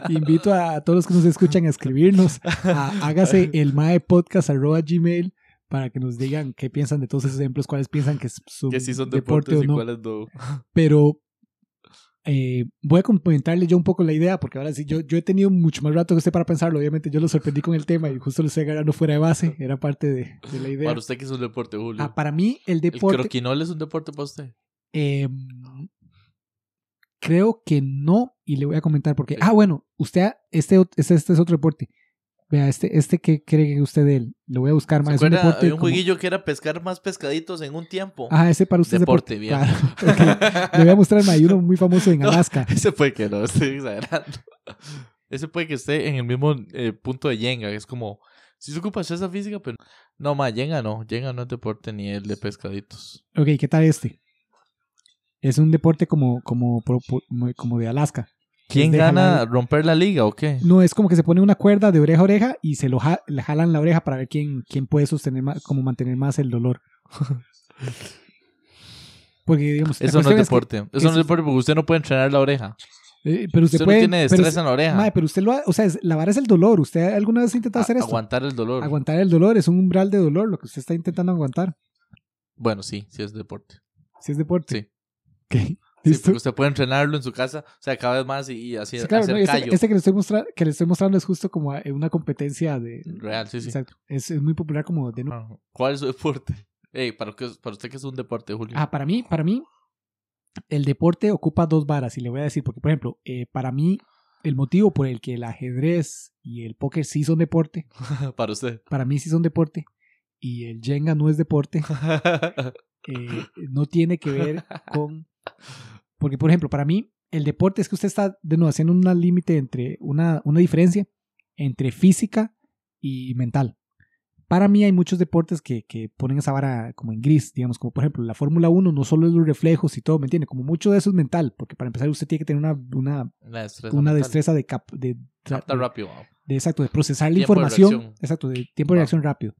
A: Invito a, a todos los que nos escuchan a escribirnos. a- hágase el maepodcast.gmail para que nos digan qué piensan de todos esos ejemplos, cuáles piensan que son,
B: que sí son
A: deporte
B: deportes
A: o
B: y
A: no.
B: cuáles no.
A: Pero eh, voy a complementarle yo un poco la idea, porque ahora sí, yo, yo he tenido mucho más rato que usted para pensarlo. Obviamente yo lo sorprendí con el tema y justo lo estoy agarrando fuera de base. Era parte de, de la idea.
B: Para usted, que es un deporte, Julio?
A: Ah, para mí, el
B: ¿El
A: deporte.
B: croquinol es un deporte para usted?
A: eh, creo que no, y le voy a comentar porque. Ah, bueno, usted, ha- este, ot- este, este es otro deporte. Vea, este, este que cree usted de él. Lo voy a buscar
B: ¿Se
A: más. Es un
B: acuerda?
A: deporte.
B: Había un
A: como-
B: jueguillo que era pescar más pescaditos en un tiempo.
A: Ah, ese para usted es
B: Deporte,
A: deporte.
B: bien.
A: Claro, ok. Le voy a mostrar hay uno muy famoso en
B: No.
A: Alaska.
B: Ese puede que no, estoy exagerando. Ese puede que esté en el mismo eh, punto de Yenga, que es como, si se ocupa esa física, pero... No, más, Yenga no, Yenga no es deporte ni el de pescaditos.
A: Ok, ¿qué tal este? Es un deporte como, como, pro- pro- como de Alaska.
B: ¿Quién
A: de
B: gana?
A: jalar-
B: ¿Romper la liga o qué?
A: No, es como que se pone una cuerda de oreja a oreja y se lo ja- le jalan la oreja para ver quién, quién puede sostener más, como mantener más el dolor. Porque, digamos, la
B: Eso no
A: cuestión
B: es
A: que-
B: deporte. Eso no
A: eso-
B: es deporte porque usted no puede entrenar la oreja.
A: eh, pero usted,
B: Usted
A: puede.
B: no tiene
A: pero
B: destreza
A: usted-
B: en la oreja.
A: Mae, pero usted lo ha- o sea, es- la vara es el dolor. ¿Usted alguna vez ha intentado
B: A-
A: hacer esto?
B: aguantar el dolor.
A: Aguantar el dolor, es un umbral de dolor lo que usted está intentando aguantar.
B: Bueno, sí, sí es deporte.
A: Si es deporte. Sí.
B: Sí,
A: ¿Listo?
B: porque usted puede entrenarlo en su casa, o sea, cada vez más y, y así
A: Sí, claro,
B: hacer
A: no, este,
B: callo.
A: este que, le estoy mostra- que le estoy mostrando es justo como a- una competencia de...
B: Real, sí, sí.
A: Exacto. Es, es muy popular como de...
B: Ah, ¿Cuál es su deporte? Ey, ¿para, qué- para usted que es un deporte, Julio.
A: Ah, para mí, para mí, el deporte ocupa dos varas y le voy a decir, porque por ejemplo, eh, para mí, el motivo por el que el ajedrez y el póker sí son deporte,
B: para usted.
A: para mí sí son deporte, y el Jenga no es deporte, eh, no tiene que ver con... Porque, por ejemplo, para mí, el deporte es que usted está, de nuevo, haciendo un límite entre, una, una diferencia entre física y mental. Para mí hay muchos deportes que, que ponen esa vara como en gris, digamos, como por ejemplo la Fórmula 1, no solo los reflejos y todo, ¿me entiende? Como mucho de eso es mental, porque para empezar usted tiene que tener una, una,
B: Una destreza.
A: una
B: mental.
A: destreza de, cap- de, tra-
B: Captar rápido. wow.
A: de- exacto, de procesar la
B: Tiempo de
A: información,
B: reacción.
A: exacto, de tiempo de
B: Wow.
A: reacción rápido.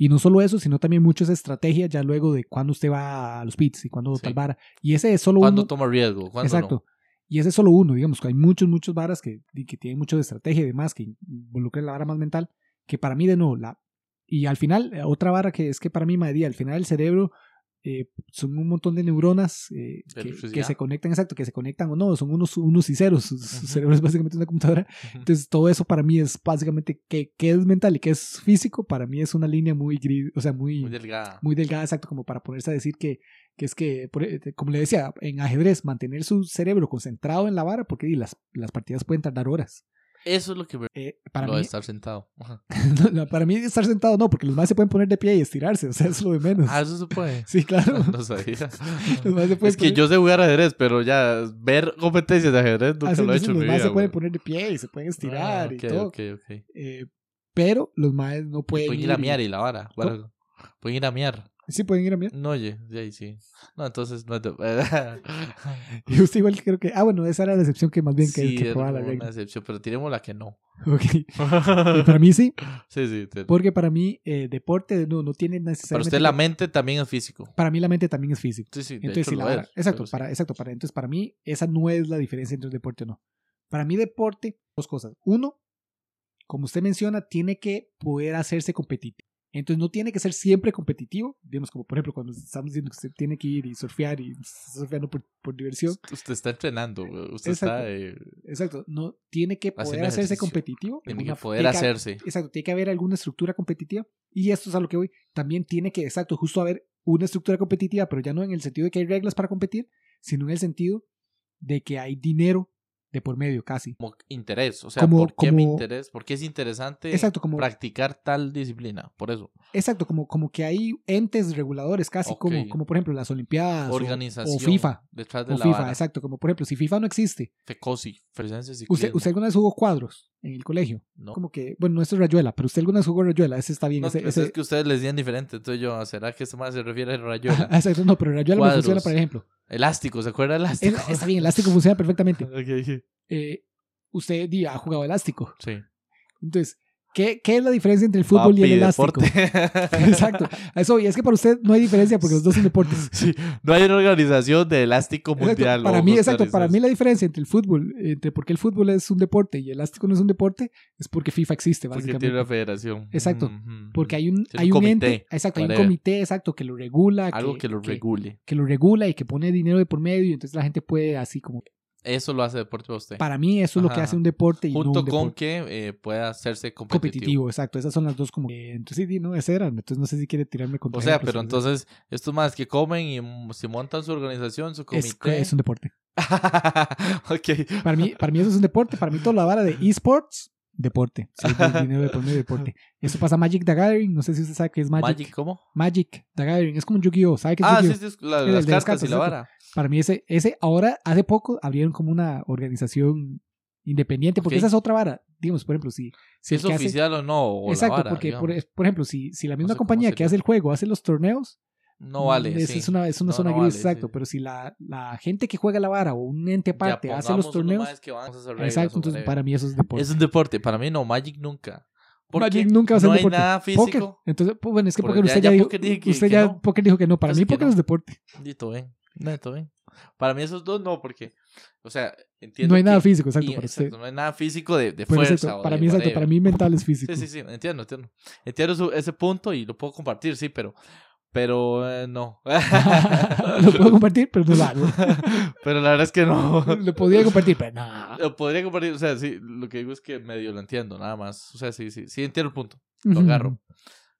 A: Y no solo eso, sino también mucho esa estrategia ya luego de cuándo usted va a los pits y cuándo
B: Sí.
A: tal vara. Y ese es solo
B: ¿Cuándo
A: uno.
B: toma riesgo? ¿Cuándo
A: Exacto.
B: no?
A: Y ese es solo uno, digamos, que hay muchos, muchos varas que, y que tienen mucho de estrategia y demás, que involucran la vara más mental, que para mí de nuevo, la, y al final, eh, otra vara que es que para mí, madre, al final el cerebro eh, son un montón de neuronas eh,
B: De
A: que,
B: electricidad.
A: que se conectan, exacto, que se conectan o no, son unos, unos y ceros, su, su
B: Ujú.
A: cerebro es básicamente una computadora,
B: Ujú.
A: entonces todo eso para mí es básicamente qué qué es mental y qué es físico, para mí es una línea muy gris, o sea,
B: Muy delgada.
A: muy delgada, exacto, como para ponerse a decir que, que es que, por- eh, como le decía, en ajedrez, mantener su cerebro concentrado en la vara, porque di, las, las partidas pueden tardar horas.
B: Eso es lo que me...
A: Eh, para,
B: lo
A: mí,
B: de estar sentado. Ajá.
A: no, no, para mí estar sentado no, porque los más se pueden poner de pie y estirarse, o sea, es lo de menos.
B: Ah, eso se puede.
A: sí, claro.
B: No sabía.
A: Los más se pueden
B: es que
A: poner-
B: yo sé jugar ajedrez, pero ya ver competencias de ajedrez nunca
A: así
B: lo he
A: dicen,
B: hecho en
A: los
B: mi
A: más
B: vida.
A: se pueden
B: güey.
A: poner de pie y se pueden
B: Ah,
A: estirar
B: ok,
A: y todo.
B: ok, ok.
A: eh, pero los más no pueden,
B: Pueden ir a miar y la
A: ah,
B: vara. bueno, Pueden ir a miar.
A: Sí, pueden ir a miar.
B: No, oye, de ahí sí. No, entonces no es de-
A: Y usted igual creo que... Ah, bueno, esa era la excepción que más bien que,
B: sí,
A: que
B: es
A: probaba la
B: como una
A: regla.
B: excepción, pero tiremos la que no.
A: Ok. Y para mí sí,
B: sí, sí. te-
A: porque para mí eh, deporte no, no tiene
B: Para
A: necesariamente...
B: usted la mente también es físico.
A: para mí la mente también es física.
B: Sí, sí, de
A: Entonces,
B: hecho
A: sí,
B: lo
A: la vara-
B: es,
A: exacto,
B: pero sí.
A: para, exacto, para, entonces para mí esa no es la diferencia entre un deporte o no. Para mí deporte, dos cosas. Uno, como usted menciona, tiene que poder hacerse competitivo. Entonces no tiene que ser siempre competitivo, digamos como por ejemplo cuando estamos diciendo que usted tiene que ir y surfear y está surfeando por, por diversión.
B: Usted está entrenando, güey. Usted
A: Exacto.
B: está... eh,
A: Exacto, no tiene que poder
B: Haciendo
A: hacerse
B: ejercicio.
A: competitivo.
B: tiene que
A: alguna-
B: poder
A: tiene que-
B: hacerse.
A: Exacto, tiene que haber alguna estructura competitiva. Y esto es a lo que voy. También tiene que, exacto, justo haber una estructura competitiva, pero ya no en el sentido de que hay reglas para competir, sino en el sentido de que hay dinero de por medio casi.
B: Como interés, o sea,
A: Como-
B: ¿por qué me
A: como-
B: interés? ¿Por qué es interesante
A: Exacto, como,
B: practicar tal disciplina? Por eso.
A: exacto, como, como que hay entes reguladores casi,
B: Ok.
A: como, como por ejemplo las Olimpiadas Ah, o-
B: Organización.
A: o FIFA.
B: Detrás de
A: O
B: la
A: FIFA,
B: vara.
A: exacto. Como por ejemplo, si FIFA no existe,
B: Fecosi, Fresense Ciclismo.
A: ¿usted, usted alguna vez jugó cuadros en el colegio?
B: No,
A: Como que, bueno, no esto es Rayuela, pero usted alguna vez jugó Rayuela, ese está bien.
B: No,
A: ese,
B: pues
A: ese-
B: es que ustedes les decían diferente. Entonces yo, ¿será que este más se refiere a rayuela?
A: Ah, exacto, no, pero Rayuela me
B: Cuadros.
A: funciona, por ejemplo.
B: elástico, ¿se acuerda de
A: Es-
B: elástico?
A: está bien, elástico funciona perfectamente.
B: Ok,
A: Eh, usted di, ha jugado elástico.
B: sí.
A: Entonces, ¿qué, qué es la diferencia entre el fútbol y
B: Papi,
A: el elástico?
B: deporte.
A: Exacto. a Eso, y es que para usted no hay diferencia porque los dos son deportes.
B: Sí, no hay una organización de elástico
A: Exacto,
B: mundial.
A: para
B: o
A: mí, exacto, para
B: costarricense.
A: mí la diferencia entre el fútbol, entre por qué el fútbol es un deporte y el elástico no es un deporte, es porque FIFA existe,
B: Porque
A: básicamente.
B: tiene una federación.
A: Exacto,
B: Ujú.
A: Porque hay un,
B: Sí, un
A: hay un
B: comité,
A: ente, exacto, hay un
B: whatever.
A: comité, exacto, que lo regula,
B: algo que, lo regule.
A: que lo regula y que pone dinero de por medio, y entonces la gente puede así como,
B: Eso lo hace deporte para usted.
A: para mí eso es lo que
B: Ajá.
A: hace un deporte y no
B: Junto
A: un
B: con
A: deporte
B: que eh, pueda hacerse competitivo.
A: competitivo. exacto, esas son las dos como, eh, entonces sí, no, esas eran, entonces no sé si quiere tirarme contra
B: O sea,
A: ejemplos,
B: pero entonces, estos más que comen y mm, se montan su organización, su
A: Es,
B: comité.
A: es un deporte.
B: ok.
A: Para mí, para mí eso es un deporte, para mí toda la vara de esports, deporte. Sí, di- dinero de por medio, deporte. Eso pasa Magic the Gathering, no sé si usted sabe qué es Magic.
B: Magic,
A: Magic,
B: ¿cómo?
A: the Gathering, es como un Yu-Gi-Oh, ¿sabe qué es
B: Ah,
A: Yu-Gi-Oh?
B: sí, sí, es la-
A: El
B: las
A: de las
B: cartas
A: cartas,
B: y la
A: exacto.
B: vara.
A: Para mí ese, ese ahora, hace poco, abrieron como una organización independiente, porque
B: Ok.
A: esa es otra vara. Digamos, por ejemplo, si, si
B: Si
A: el
B: es
A: que hace-
B: oficial o no. o la
A: exacto,
B: vara,
A: porque por, e-,
B: digamos.
A: por ejemplo, si, si la misma
B: sé cómo
A: compañía que
B: sería.
A: hace el juego hace los torneos,
B: No vale.
A: Mm, es,
B: sí.
A: es una, es una
B: No,
A: zona
B: no
A: gris,
B: vale,
A: exacto.
B: sí.
A: Pero si la, la gente que juega la vara o un ente
B: Ya
A: aparte hace los
B: pongamos unos
A: torneos,
B: maes que van a hacer reglas
A: exacto,
B: o
A: entonces
B: whatever.
A: para mí eso es deporte.
B: Es un deporte. Para mí no, Magic nunca. Porque
A: Magic nunca va a ser
B: no hay
A: deporte.
B: nada
A: Póker.
B: físico.
A: Entonces, pues, bueno, es que
B: Por-
A: póker
B: ya-
A: usted ya,
B: ya
A: dijo,
B: póker dije que-
A: usted
B: que
A: ya
B: no.
A: póker dijo que no. Para
B: Pues
A: mí
B: que
A: póker
B: no.
A: es deporte.
B: Y todo bien. nada, todo bien. Para mí esos dos no, porque, o sea, entiendo.
A: No hay nada
B: que-
A: físico, exacto,
B: y-
A: para
B: exacto,
A: usted.
B: no hay nada físico de, de
A: Bueno,
B: fuerza.
A: exacto,
B: o
A: para
B: de
A: mí, exacto,
B: whatever.
A: para mí mental es físico.
B: Sí, sí, sí, entiendo, entiendo. Entiendo su- ese punto y lo puedo compartir, sí, pero. Pero eh, no.
A: lo puedo compartir, pero no lo hago.
B: pero la verdad es que no.
A: Lo podía compartir, pero no.
B: Lo podría compartir, o sea, sí, lo que digo es que medio lo entiendo, nada más. O sea, sí, sí, sí entiendo el punto, lo agarro.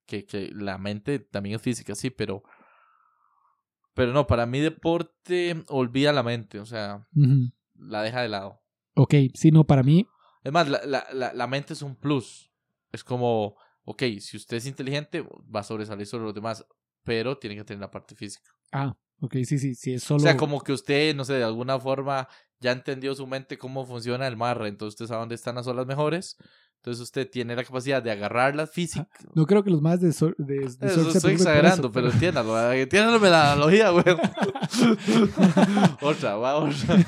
B: Que, que la mente también es física, sí, pero. Pero no, para mí deporte olvida la mente, o sea,
A: Ujú, ujú.
B: la deja de lado.
A: Ok, sí, no, para mí.
B: Es más, la, la, la, la mente es un plus. Es como, ok, si usted es inteligente, va a sobresalir sobre los demás, pero tiene que tener la parte física.
A: Ah, ok, sí, sí, sí, es solo.
B: O sea, como que usted, no sé, de alguna forma ya entendió su mente cómo funciona el mar, entonces usted sabe dónde están las olas mejores, entonces usted tiene la capacidad de agarrarlas física.
A: No creo que los más de, Sor- de, de Surf
B: Eso
A: se preocupen
B: estoy
A: por
B: exagerando,
A: eso,
B: pero entiéndalo, entiéndalo la analogía, güey. otra, va, otra.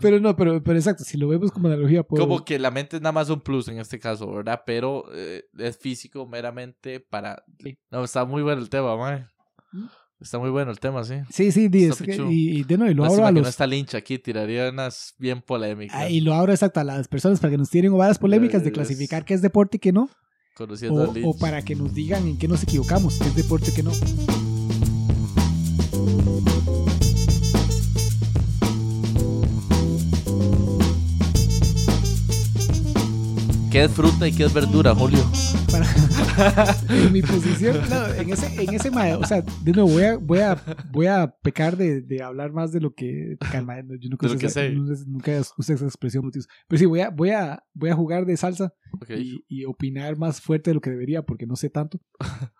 A: Pero no, pero, pero exacto, si lo vemos como analogía, pues puedo.
B: Como que la mente es nada más un plus en este caso, ¿verdad? Pero eh, es físico meramente para...
A: Sí.
B: No, está muy bueno el tema, mae.
A: ¿Mm?
B: Está muy bueno el tema, sí.
A: Sí, sí, di,
B: Está
A: es que-
B: pichu.
A: y, y de nuevo, y lo abro
B: Lástima
A: a
B: que
A: los.
B: no está lincha aquí, tiraría unas bien polémicas.
A: ah, y lo abro exacto a las personas para que nos tiren varas polémicas de
B: Es-
A: clasificar qué es deporte y qué no.
B: Conociendo
A: O,
B: a Lynch.
A: o para que nos digan en qué nos equivocamos, qué es deporte y qué no.
B: ¿Qué es fruta y qué es verdura, Julio?
A: Para- en mi posición, no, en ese, en ese ma- o sea, de nuevo voy a, voy a, voy a pecar de, de hablar más de lo que calma, no, yo nunca,
B: De lo
A: usé
B: que
A: esa-
B: sé.
A: nunca- nunca usé esa expresión, motivos. pero sí voy a, voy a, voy a jugar de salsa
B: Ok.
A: y, y opinar más fuerte de lo que debería porque no sé tanto.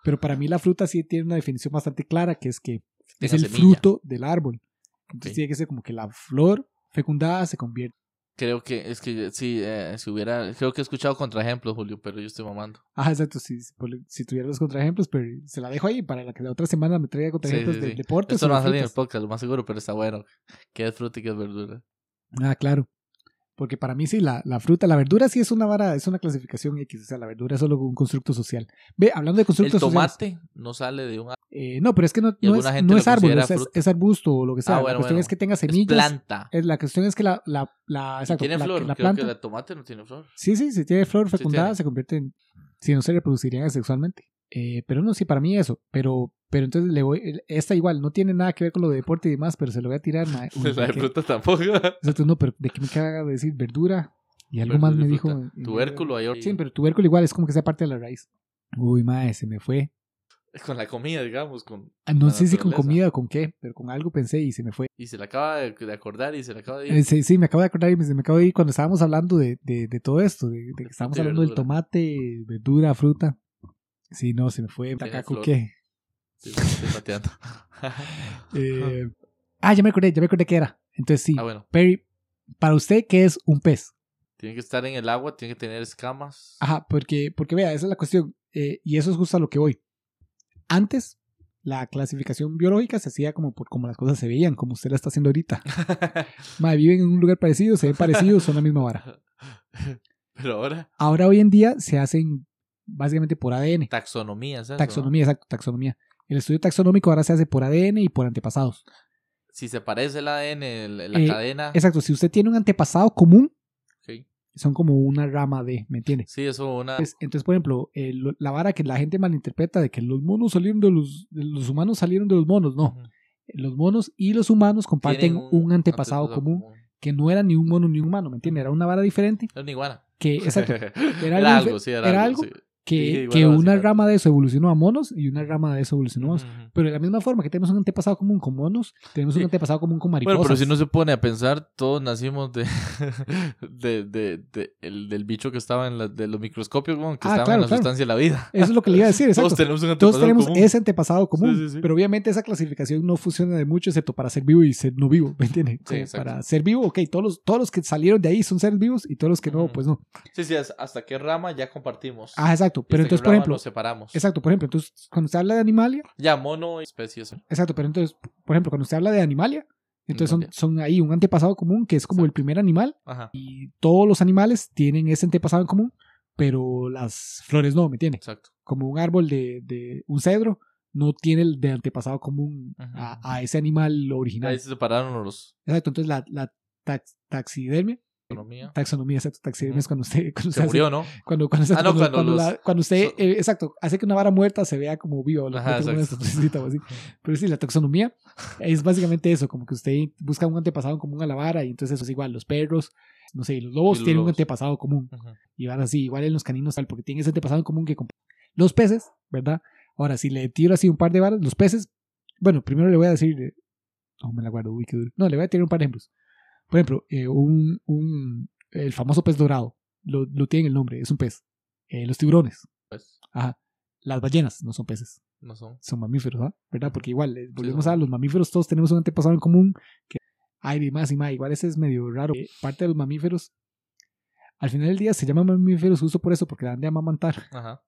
A: Pero para mí la fruta sí tiene una definición bastante clara que es que es
B: Tenga
A: el
B: semilla.
A: fruto del árbol. Entonces
B: Ok.
A: tiene que ser como que la flor fecundada se convierte.
B: Creo que, es que sí, eh, si hubiera... Creo que he escuchado contraejemplos, Julio, pero yo estoy mamando.
A: Ah, exacto, si, si tuviera los contraejemplos, pero se la dejo ahí para la que la otra semana me traiga contraejemplos
B: sí,
A: de
B: sí.
A: deportes.
B: Esto
A: o
B: no
A: de
B: va a salir en el
A: frutas.
B: podcast, lo más seguro, pero está bueno. ¿Qué es fruta y qué es verdura?
A: Ah, claro. Porque para mí sí, la, la fruta, la verdura sí es una vara, es una clasificación X, o sea, la verdura es solo un constructo social. Ve, hablando de
B: El
A: constructos sociales,
B: tomate no sale de un...
A: eh, no, pero es que no,
B: Y
A: no es,
B: alguna gente
A: no
B: lo
A: es árbol,
B: considera
A: o sea, es,
B: fruta.
A: es arbusto o lo que sea.
B: Ah,
A: la
B: bueno,
A: cuestión
B: bueno.
A: es que tenga
B: Es
A: semillas.
B: planta.
A: Es la cuestión es que la, la, la, exacto,
B: tiene
A: la-
B: flor.
A: la
B: Creo
A: planta.
B: que el tomate no tiene flor.
A: Sí, sí, si tiene flor fecundada
B: tiene.
A: se convierte en... Si no se reproducirían sexualmente. Eh, pero no, sí, para mí eso. Pero pero entonces le voy... Esta igual, no tiene nada que ver con lo de deporte y demás, pero se lo voy a tirar. ma- uy,
B: la de
A: que-
B: fruta tampoco.
A: Exacto, no, pero ¿de qué me caga de decir? Verdura. Y algo más
B: Verdura y
A: me dijo...
B: fruta.
A: en- en-
B: Tubérculo hay
A: Sí, pero tubérculo igual es como que sea parte de la raíz. Uy, madre, se me fue.
B: Con la comida, digamos, con...
A: Ah, No
B: la
A: sé si con
B: naturaleza.
A: comida o con qué, pero con algo pensé y se me fue.
B: Y se la acaba de, de acordar y se la acaba de...
A: Eh, sí, sí, me acabo de acordar y me, se me acabo de ir cuando estábamos hablando de, de, de todo esto, de, de que estábamos
B: fruta y
A: hablando del
B: verdura.
A: tomate, verdura, fruta. Sí, no, se me fue. Acá con
B: flor.
A: qué.
B: Sí, sí, estoy pateando.
A: Eh, ah, ya me acordé, ya me acordé qué era. Entonces sí,
B: ah, bueno.
A: Perry, para usted, ¿qué es un pez?
B: Tiene que estar en el agua, tiene que tener escamas.
A: Ajá, porque, porque vea, esa es la cuestión. eh, y eso es justo a lo que voy. Antes, la clasificación biológica se hacía como por como las cosas se veían, como usted la está haciendo ahorita. Ah. Mae, viven en un lugar parecido, se ven parecidos, son la misma vara.
B: Pero ahora,
A: Ahora, hoy en día, se hacen básicamente por ADN.
B: taxonomía, ¿sabes?
A: Taxonomía, exacto, taxonomía. El estudio taxonómico ahora se hace por ADN y por antepasados.
B: Si se parece el ADN, el- la
A: Eh,
B: cadena.
A: Exacto, si usted tiene un antepasado común,
B: Ok.
A: son como una rama de, ¿me entiende?
B: Sí, eso una.
A: Entonces, entonces, por ejemplo, eh, lo- la vara que la gente malinterpreta de que los monos salieron de los, de los humanos salieron de los monos, no.
B: Ujú.
A: Los monos y los humanos comparten
B: Tienen
A: un, antepasado, común, que no era ni un mono ni un humano, ¿me entiendes? Era una vara diferente
B: Era una iguana.
A: que, exacto,
B: Era,
A: algo
B: algo,
A: dife-
B: sí, era,
A: era
B: algo.
A: algo
B: sí.
A: que,
B: igual
A: que
B: algo así,
A: una
B: algo.
A: rama de eso evolucionó a monos y una rama de eso evolucionó a monos.
B: Ujú.
A: Pero de la misma forma que tenemos un antepasado común con monos, tenemos
B: Sí.
A: un antepasado común con mariposas.
B: Bueno, pero si no se pone a pensar, todos nacimos de, de, de- de- el- del bicho que estaba en la- de los microscopios, weón, que
A: Ah,
B: estaba
A: claro,
B: en la
A: claro.
B: sustancia de la vida.
A: Eso es lo que le iba a decir, exacto.
B: Todos tenemos un
A: Todos
B: antepasado
A: tenemos
B: común.
A: ese antepasado común,
B: Sí, sí, sí.
A: pero obviamente esa clasificación no funciona de mucho excepto para ser vivo y ser no vivo, ¿me entiendes? Como
B: exacto.
A: para ser vivo, ok, todos los, todos los que salieron de ahí son seres vivos y todos los que no,
B: Ujú.
A: pues no.
B: Sí, sí, as- hasta qué rama ya compartimos.
A: Ah, exacto, pero
B: Hasta qué
A: entonces, por
B: rama
A: ejemplo,
B: Nos separamos.
A: exacto, por ejemplo, entonces cuando se habla de animalia,
B: Ya, mono y especies.
A: exacto, pero entonces, por ejemplo, cuando se habla de animalia, entonces son,
B: Animalia.
A: son ahí un antepasado común que es como el
B: Exacto.
A: primer animal
B: Ajá,
A: y todos los animales tienen ese antepasado en común, pero las flores no, ¿me entiendes?
B: exacto.
A: como un árbol de, de un cedro, no tiene el de antepasado común a,
B: Ujú.
A: a ese animal original.
B: Ahí se separaron los.
A: Exacto, entonces la, la tax- taxidermia,
B: Economía.
A: taxonomía, exacto, taxidermia
B: Ujú.
A: es cuando usted, cuando usted
B: Se
A: hace-
B: murió, ¿no?
A: cuando, cuando,
B: Ah, no,
A: cuando-
B: cuando
A: cuando
B: los-
A: la- cuando usted,
B: so-
A: eh, exacto, hace que una vara muerta se vea como viva o la
B: Ajá,
A: mete con una
B: exacto.
A: estatucita o así. Pero sí, la taxonomía es básicamente eso, como que usted busca un antepasado común a la vara y entonces eso es igual, los perros, no sé, y los lobos
B: Y los
A: tienen un
B: lobos.
A: antepasado común
B: Ujú.
A: y van así, igual en los caninos tal, porque tienen ese antepasado en común que comp- los peces, ¿verdad? Ahora, si le tiro así un par de varas, los peces, bueno, primero le voy a decir, eh, no me la guardo, uy, qué duro. No, le voy a tirar un par de ejemplos. Por ejemplo, eh, un, un- el famoso pez dorado, lo, lo tienen el nombre, es un pez. Eh, los tiburones,
B: Pues,
A: ajá. Las ballenas no son peces,
B: no son.
A: son mamíferos, ¿ah? ¿verdad? Porque igual, eh, volvemos
B: son-
A: a los mamíferos, todos tenemos un antepasado en común, que aire y más y más, igual ese es medio raro. Eh, parte de los mamíferos, al final del día se llaman mamíferos justo por eso, porque la han de amamantar.
B: Ajá.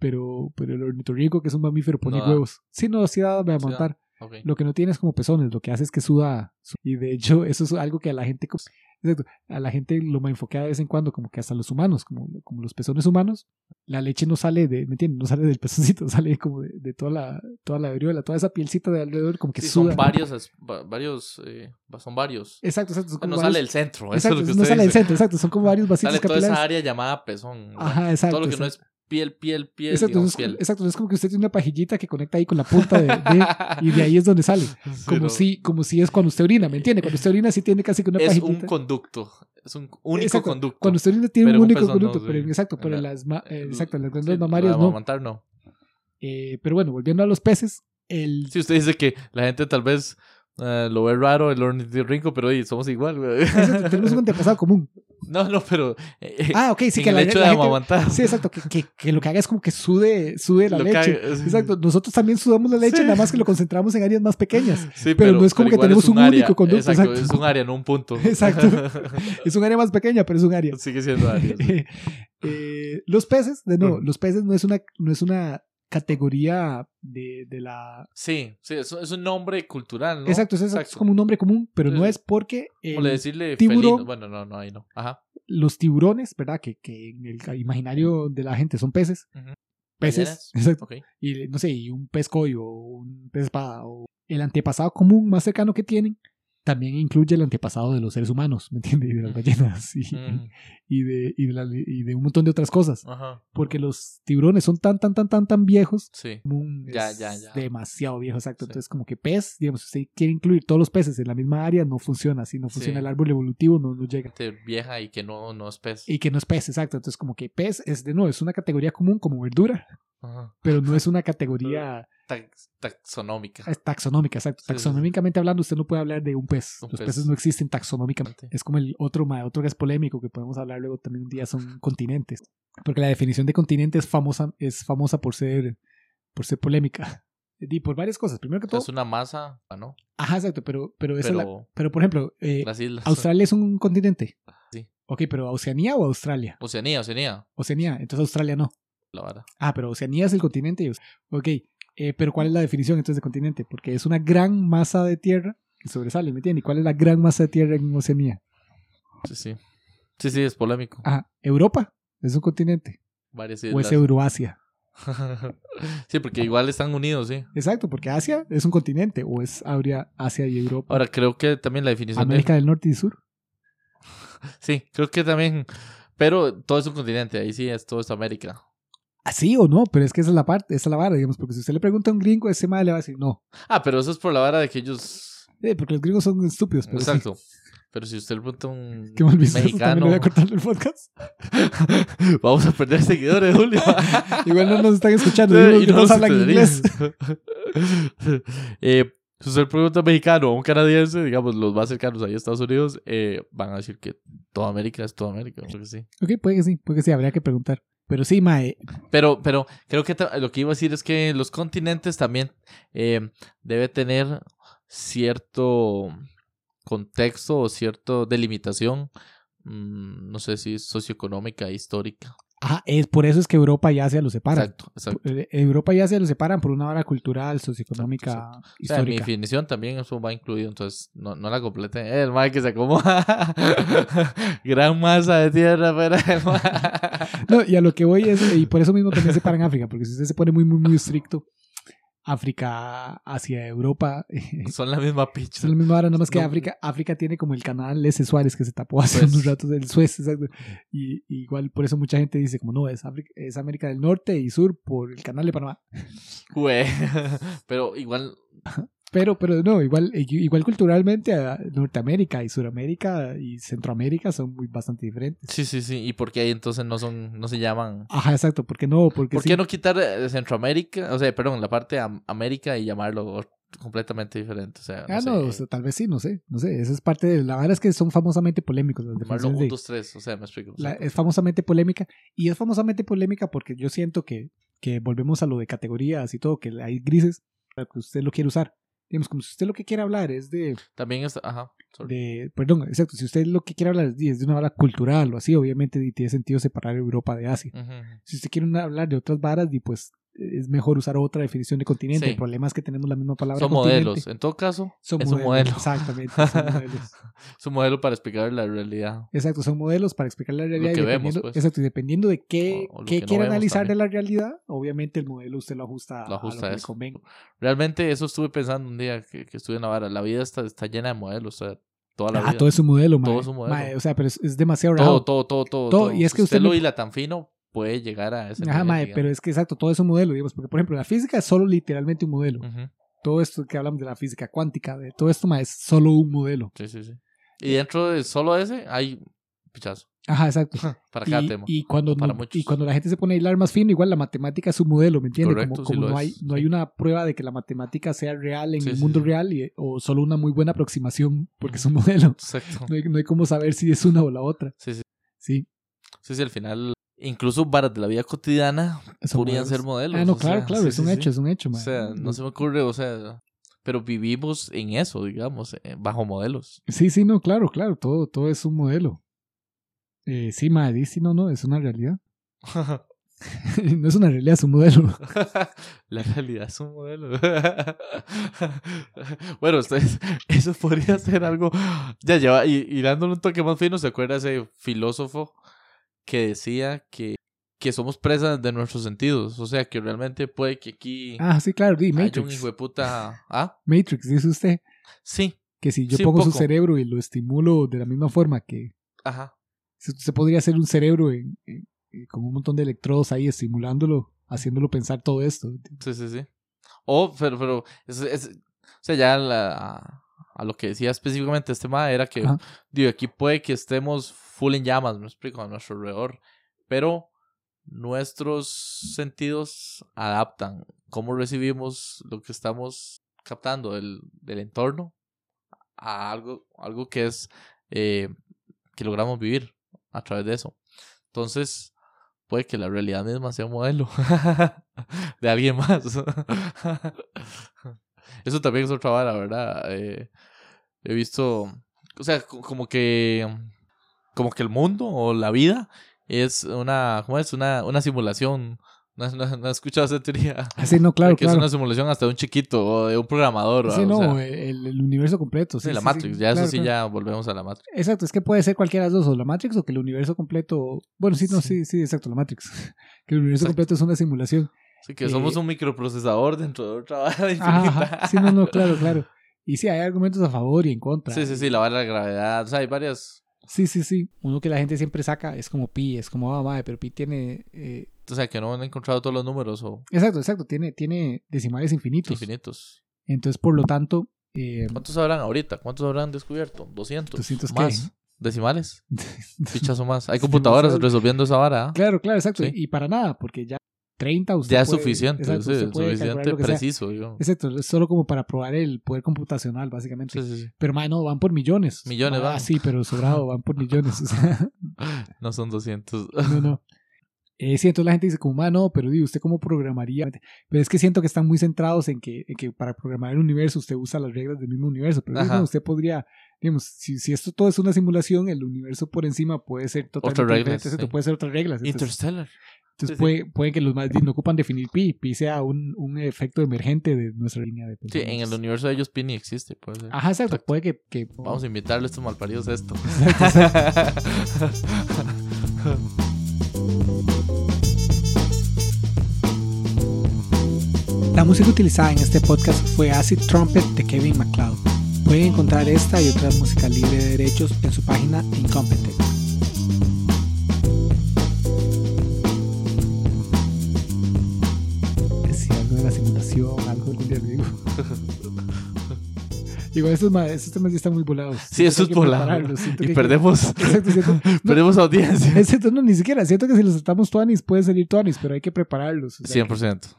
A: Pero, pero el ornitorrinco, que es un mamífero, pone
B: No da.
A: huevos. Sí, no, sí da de
B: Sí da.
A: amamantar.
B: Ok.
A: Lo que no tiene es como pezones, lo que hace es que suda. su- Y de hecho, eso es algo que a la gente, como- exacto, a la gente lo enfoquea de vez en cuando, como que hasta los humanos, como, como los pezones humanos, la leche no sale de, ¿me entiendes? No sale del pezoncito, sale como de, de toda la, toda la viruela, toda esa pielcita de alrededor, como que
B: Sí,
A: suda.
B: son varios. as- va- varios eh, va- son varios.
A: Exacto, exacto. son
B: Ah,
A: como
B: No
A: varios-
B: sale el centro.
A: exacto,
B: eso es lo que
A: no
B: usted
A: sale del
B: dice.
A: centro, exacto. Son como varios vasitos
B: Sale toda
A: capilares.
B: esa área llamada pezón. ¿no?
A: Ajá, exacto.
B: Todo lo que no
A: exacto.
B: es piel, piel, piel.
A: Exacto, no
B: digamos,
A: es, como-
B: piel.
A: exacto, no es como que usted tiene una pajillita que conecta ahí con la punta de, de- y de ahí es donde sale.
B: Sí,
A: Como
B: no.
A: si, como si es cuando usted orina, ¿me entiende? Cuando usted orina sí tiene casi que una
B: Es un
A: pajillita.
B: conducto. Es un único
A: Exacto,
B: conducto.
A: Cuando usted orina tiene
B: Pero
A: un
B: un
A: único
B: pezón no,
A: conducto,
B: sí.
A: pero exacto, pero
B: La-
A: las ma- eh,
B: Eh,
A: exacto, las
B: sí,
A: glándulas mamarias no.
B: amamantar, no.
A: Eh, pero bueno, volviendo a los peces, el
B: Si usted dice que la gente tal vez eh, lo ve raro el ornitorrinco, pero ey, somos igual, güey.
A: exacto, tenemos un antepasado común.
B: No, no, pero. eh,
A: Ah, ok, sí
B: en
A: que
B: el
A: la,
B: hecho
A: la
B: de
A: gente-
B: amamantar.
A: Sí, exacto, que, que- que lo que haga es como que sude, sude la
B: Lo que
A: leche.
B: haga- sí.
A: Exacto, nosotros también sudamos la leche,
B: Sí.
A: nada más que lo concentramos en áreas más pequeñas.
B: Sí,
A: pero no es como que
B: igual
A: tenemos
B: es
A: un único
B: área,
A: conducto,
B: Exacto,
A: exacto.
B: es un área, no un punto.
A: Exacto. Es un área más pequeña, pero es un área.
B: Sigue siendo área. sí.
A: Eh, los peces, de nuevo,
B: Ujú.
A: los peces no es una, no es una categoría de, de la...
B: Sí, sí, es, es un nombre cultural, ¿no?
A: Exacto, es, es como un nombre común, pero no
B: Sí.
A: es porque eh,
B: Como le decirle
A: tiburón.
B: felino. Bueno, no, no, ahí no. Ajá.
A: los tiburones, ¿verdad? Que, que en el imaginario de la gente son peces.
B: Ujú.
A: Peces,
B: Ballenas.
A: exacto.
B: Ok.
A: Y no sé, y un pez coyo o un pez espada o el antepasado común más cercano que tienen también incluye el antepasado de los seres humanos, ¿me entiendes? Y de las
B: Mm.
A: ballenas y,
B: Mm,
A: y de, y de las- y de un montón de otras cosas.
B: Ajá.
A: Porque los tiburones son tan, tan, tan, tan, tan viejos.
B: Sí.
A: Moon
B: Ya,
A: es
B: ya, ya.
A: demasiado viejo, exacto.
B: Sí.
A: Entonces, como que pez, digamos, si usted quiere incluir todos los peces en la misma área, no funciona. Si no funciona
B: Sí.
A: el árbol evolutivo, no, no llega.
B: Gente vieja y que no, no es pez.
A: Y que no es pez, exacto. Entonces, como que pez es, de nuevo, es una categoría común como verdura,
B: Ajá.
A: pero no es una categoría
B: Tax- taxonómica.
A: Es taxonómica, exacto.
B: Sí, sí, sí.
A: Taxonómicamente hablando, usted no puede hablar de un pez.
B: Un
A: Los
B: pez.
A: peces no existen taxonómicamente.
B: Exactamente.
A: Es como el otro, ma- otro que es polémico que podemos hablar luego también un día, son continentes. Porque la definición de continente es famosa, es famosa por ser, por ser polémica. Y por varias cosas. Primero que todo.
B: Es una masa, ah, ¿no?
A: Ajá, exacto, pero, pero, esa es la-
B: Pero
A: pero por ejemplo, eh,
B: las islas.
A: ¿Australia es un continente?
B: Sí.
A: Ok, pero ¿Oceanía o Australia?
B: Oceanía, Oceanía.
A: Oceanía, entonces Australia no.
B: La vara.
A: Ah, pero Oceanía es el continente. y Oce- Ok, eh, pero ¿cuál es la definición entonces de continente? Porque es una gran masa de tierra que sobresale, ¿me entiendes? ¿Y cuál es la gran masa de tierra en Oceanía?
B: Sí, sí. Sí, sí, es polémico.
A: Ajá, Europa es un continente.
B: Varias
A: Ah, O es
B: islas.
A: Euroasia.
B: sí, porque igual están unidos, sí.
A: Exacto, porque Asia es un continente. O es habría Asia y Europa.
B: Ahora, creo que también la definición de-
A: América del Norte y Sur.
B: Sí, creo que también... Pero todo es un continente, ahí sí es todo es América.
A: Así Ah, o no, pero es que esa es la parte, esa es la vara, digamos, porque si usted le pregunta a un gringo, ese madre le va a decir no.
B: Ah, pero eso es por la vara de que ellos...
A: Eh, porque los gringos son estúpidos, pero sí.
B: Exacto. Pero si usted le pregunta a un
A: Qué mal visto. eso, También
B: mexicano,
A: le voy a cortar el podcast.
B: vamos a perder seguidores, Julio.
A: Igual no nos están escuchando. Digo
B: Y
A: que
B: no
A: todos
B: nos
A: hablan inglés.
B: entenderían. eh, si usted pregunta a un mexicano o a un canadiense, digamos, los más cercanos ahí a Estados Unidos, eh, van a decir que toda América es toda América. creo que sí.
A: Ok, puede que sí, puede que sí, habría que preguntar. Pero sí, Mae,
B: Pero, pero creo que ta- lo que iba a decir es que los continentes también eh, debe tener cierto contexto o cierta delimitación, mm, no sé si socioeconómica, histórica.
A: ajá, es por eso es que Europa y Asia los separan.
B: Exacto, exacto.
A: Eh, Europa y Asia los separan por una hora cultural, socioeconómica,
B: Exacto, O sea, en mi
A: histórica.
B: definición también eso va incluido, entonces no, no la complete. Eh, el mar que se acomoda. Gran masa de tierra fuera del mar.
A: No, y a lo que voy es, y por eso mismo también separan África, porque si usted se pone muy, muy, muy estricto, África hacia Europa, eh,
B: Son la misma picha.
A: es lo mismo ahora, nada más que
B: No. Pues.
A: África, África tiene como el canal ese Suárez que se tapó hace
B: Suez.
A: unos ratos, el Suez, exacto. Y, y igual por eso mucha gente dice como no, es, África- es América del Norte y Sur por el canal de Panamá.
B: Güey. Pero igual
A: Pero, pero no, igual, eh, igual culturalmente a Norteamérica y Sudamérica y Centroamérica son muy bastante diferentes.
B: Sí, sí, sí. ¿Y por qué ahí entonces no son, no se llaman?
A: Ajá, exacto, porque no, porque
B: ¿Por
A: sí.
B: qué no quitar eh, Centroamérica? O sea, perdón, la parte am- América y llamarlo or- completamente diferente. O sea, no
A: Ah,
B: sé,
A: no,
B: eh,
A: o sea, tal vez sí, no sé, no sé, esa es parte de la verdad es que son famosamente polémicos las
B: llamarlo
A: definiciones
B: un,
A: de-
B: dos, tres. O sea, me explico.
A: la-
B: exacto.
A: es famosamente polémica y es famosamente polémica porque yo siento que, que volvemos a lo de categorías y todo, que hay grises para que usted lo quiere usar. Digamos, como si usted lo que quiere hablar es de,
B: También está, ajá. sorry.
A: de- perdón, exacto, si usted lo que quiere hablar es de- es de una vara cultural o así, obviamente y tiene sentido separar Europa de Asia.
B: Ujú, ujú.
A: si usted quiere una- hablar de otras varas, y pues es mejor usar otra definición de continente.
B: Sí.
A: El problema es que tenemos la misma palabra.
B: Son
A: continente.
B: modelos. En todo caso,
A: Son
B: es
A: modelos.
B: un modelo.
A: Exactamente. Son modelos.
B: Es un modelo para explicar la realidad.
A: Exacto, son modelos para explicar la realidad. y
B: que vemos,
A: dependiendo,
B: pues.
A: Exacto, y dependiendo de qué,
B: O- o lo
A: qué
B: que no
A: quiere
B: vemos
A: analizar de la realidad, obviamente el modelo usted lo ajusta,
B: Lo ajusta
A: a lo
B: a
A: que le
B: eso.
A: convenga.
B: Realmente eso estuve pensando un día que, que estuve en Navarra. La vida está, está llena de modelos. O sea, toda la
A: Ah,
B: vida.
A: todo es un modelo, mae.
B: Todo es un modelo.
A: Mae, o sea, pero es, es demasiado
B: todo,
A: raro.
B: todo, todo, todo,
A: Todo,
B: todo.
A: y es que
B: Si usted,
A: usted
B: lo
A: no-
B: hila tan fino, puede llegar a ese
A: Ajá,
B: nivel,
A: mae,
B: digamos.
A: pero es que exacto, todo es un modelo, digamos, porque por ejemplo, la física es solo literalmente un modelo.
B: Ujú.
A: Todo esto que hablamos de la física cuántica, de todo esto, mae, es solo un modelo.
B: Sí, sí, sí. Y dentro de solo ese hay pichazo
A: Ajá, exacto.
B: para
A: y,
B: cada tema.
A: y cuando,
B: para
A: no-
B: muchos.
A: y cuando la gente se pone a hilar más fino, igual la matemática es un modelo, ¿me entiendes?
B: Correcto,
A: como
B: sí
A: como
B: lo
A: no, hay,
B: es,
A: no hay
B: sí.
A: una prueba de que la matemática sea real en
B: Sí,
A: el
B: sí,
A: mundo
B: sí.
A: real y- o solo una muy buena aproximación porque es un modelo.
B: Exacto.
A: No hay, no hay cómo saber si es una o la otra.
B: Sí, sí.
A: Sí,
B: Sí, sí, al final, incluso varas de la vida cotidiana
A: son
B: podrían
A: modelos.
B: ser modelos.
A: Ah, no,
B: o sea,
A: claro, claro,
B: sí,
A: es
B: sí,
A: un
B: sí.
A: hecho, es un hecho,
B: O
A: man.
B: sea, no se me ocurre, o sea, pero vivimos en eso, digamos, eh, bajo modelos.
A: Sí, sí, no, claro, claro, todo, todo es un modelo. Eh, sí, madre, sí, no, no, es una realidad. no es una realidad, es un modelo.
B: La realidad es un modelo. bueno, ustedes, eso podría ser algo. Ya lleva, y, y dándole un toque más fino, ¿se acuerda ese filósofo que decía que, que somos presas de nuestros sentidos? O sea, que realmente puede que aquí
A: Ah, sí, claro, di,
B: haya un
A: Matrix.
B: hijo de puta. ¿Ah?
A: Matrix, dice usted.
B: Sí,
A: que si yo
B: Sí, un
A: pongo su
B: poco.
A: cerebro y lo estimulo de la misma forma que
B: Ajá.
A: se, se podría hacer un cerebro en- en- en- con un montón de electrodos ahí estimulándolo, haciéndolo pensar todo esto.
B: Sí, sí, sí. O, pero, pero es- es- o sea, ya la- a, a lo que decía específicamente este tema era que,
A: Ajá.
B: digo, aquí puede que estemos full en llamas, me explico, a nuestro alrededor, pero nuestros sentidos adaptan cómo recibimos lo que estamos captando del, del entorno a algo, algo que es, eh, que logramos vivir a través de eso. Entonces, puede que la realidad misma sea un modelo de alguien más. Eso también es otra vara, ¿verdad? Eh, he visto, o sea, co- como que, como que el mundo o la vida es una, ¿cómo es? Una, una simulación. ¿No has- no has- no has escuchado esa teoría?
A: Así no, claro,
B: que
A: claro.
B: es una simulación hasta de un chiquito o de un programador.
A: Sí,
B: o
A: no,
B: sea, pues
A: el, el universo completo. Sí,
B: sí,
A: sí,
B: la
A: sí,
B: Matrix, ya
A: claro,
B: eso sí,
A: claro.
B: ya volvemos a la Matrix.
A: Exacto, es que puede ser cualquiera de las dos, o la Matrix o que el universo completo. Bueno, sí, no, sí,
B: Sí.
A: sí, exacto, la Matrix. Que el universo
B: Exacto.
A: completo es una simulación.
B: Así que somos
A: Eh,
B: un microprocesador dentro de otra vara
A: Ajá,
B: infinita.
A: ajá. Sí, no, no, claro, claro. Y sí, hay argumentos a favor y en contra.
B: Sí, sí, sí, la vara de la gravedad. O sea, hay varias.
A: Sí, sí, sí. Uno que la gente siempre saca es como pi, es como, ah, madre, pero pi tiene... eh,
B: O sea, que no han encontrado todos los números o
A: Exacto, exacto, tiene, tiene decimales infinitos.
B: infinitos.
A: Entonces, por lo tanto, eh,
B: ¿Cuántos habrán ahorita? ¿Cuántos habrán descubierto? 200.
A: 200 qué?
B: más. Decimales. Fichas o más. Hay
A: Sí,
B: computadoras
A: demasiado.
B: resolviendo esa vara. ¿eh?
A: claro, claro, exacto.
B: Sí.
A: Y para nada, porque ya 30 usted
B: Ya es
A: puede-
B: suficiente.
A: exacto,
B: sí,
A: usted
B: es
A: puede calcular
B: suficiente
A: lo que sea.
B: preciso. digo.
A: Exacto, es solo como para probar el poder computacional, básicamente.
B: Sí, sí, sí.
A: Pero, madre, no, van por millones.
B: Millones
A: Ah,
B: van.
A: sí, pero sobrado, van por millones. O sea,
B: No son 200.
A: No, no. Eh, sí, entonces la gente dice como, "Ma, no, pero di, ¿usted cómo programaría? Pero es que siento que están muy centrados en que, en que para programar el universo usted usa las reglas del mismo universo. Pero di,
B: Ajá.
A: no, usted podría, digamos, si, si esto todo es una simulación, el universo por encima puede ser totalmente
B: reglas,
A: diferente, exacto,
B: sí.
A: puede ser otras reglas. Entonces,
B: Interstellar.
A: entonces
B: sí.
A: puede, puede que los más di, no ocupan definir pi, pi sea un, un efecto emergente de nuestra línea de
B: Sí, en el
A: pensamientos.
B: universo de ellos Pini existe. puede ser.
A: Ajá, exacto,
B: Exacto.
A: puede que... que
B: Vamos a invitarle a estos malparidos a esto.
A: La música utilizada en este podcast fue Acid Trumpet de Kevin MacLeod. Pueden encontrar esta y otras músicas libre de derechos en su página Incompetech. Si algo de la simulación, algo del digo. Igual estos, ma- estos temas ya están muy volados.
B: Sí,
A: Siento que
B: eso es
A: hay que
B: volado.
A: prepararlos, siento que
B: Y
A: hay que-
B: perdemos,
A: Exacto, siento-
B: perdemos audiencia.
A: Exacto, no, ni siquiera. Siento que si los saltamos tuanis, puede salir tuanis, pero hay que prepararlos. o sea,
B: 100%. Sí,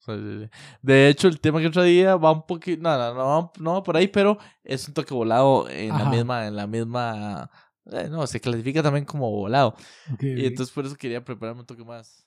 B: sí, sí. De hecho, el tema que traía va un poquito. No, no, no, va- no va por ahí, pero es un toque volado en
A: Ajá.
B: la misma. En la misma eh, no, se clasifica también como volado.
A: que- ok,
B: Y
A: ok.
B: entonces por eso quería prepararme un toque más.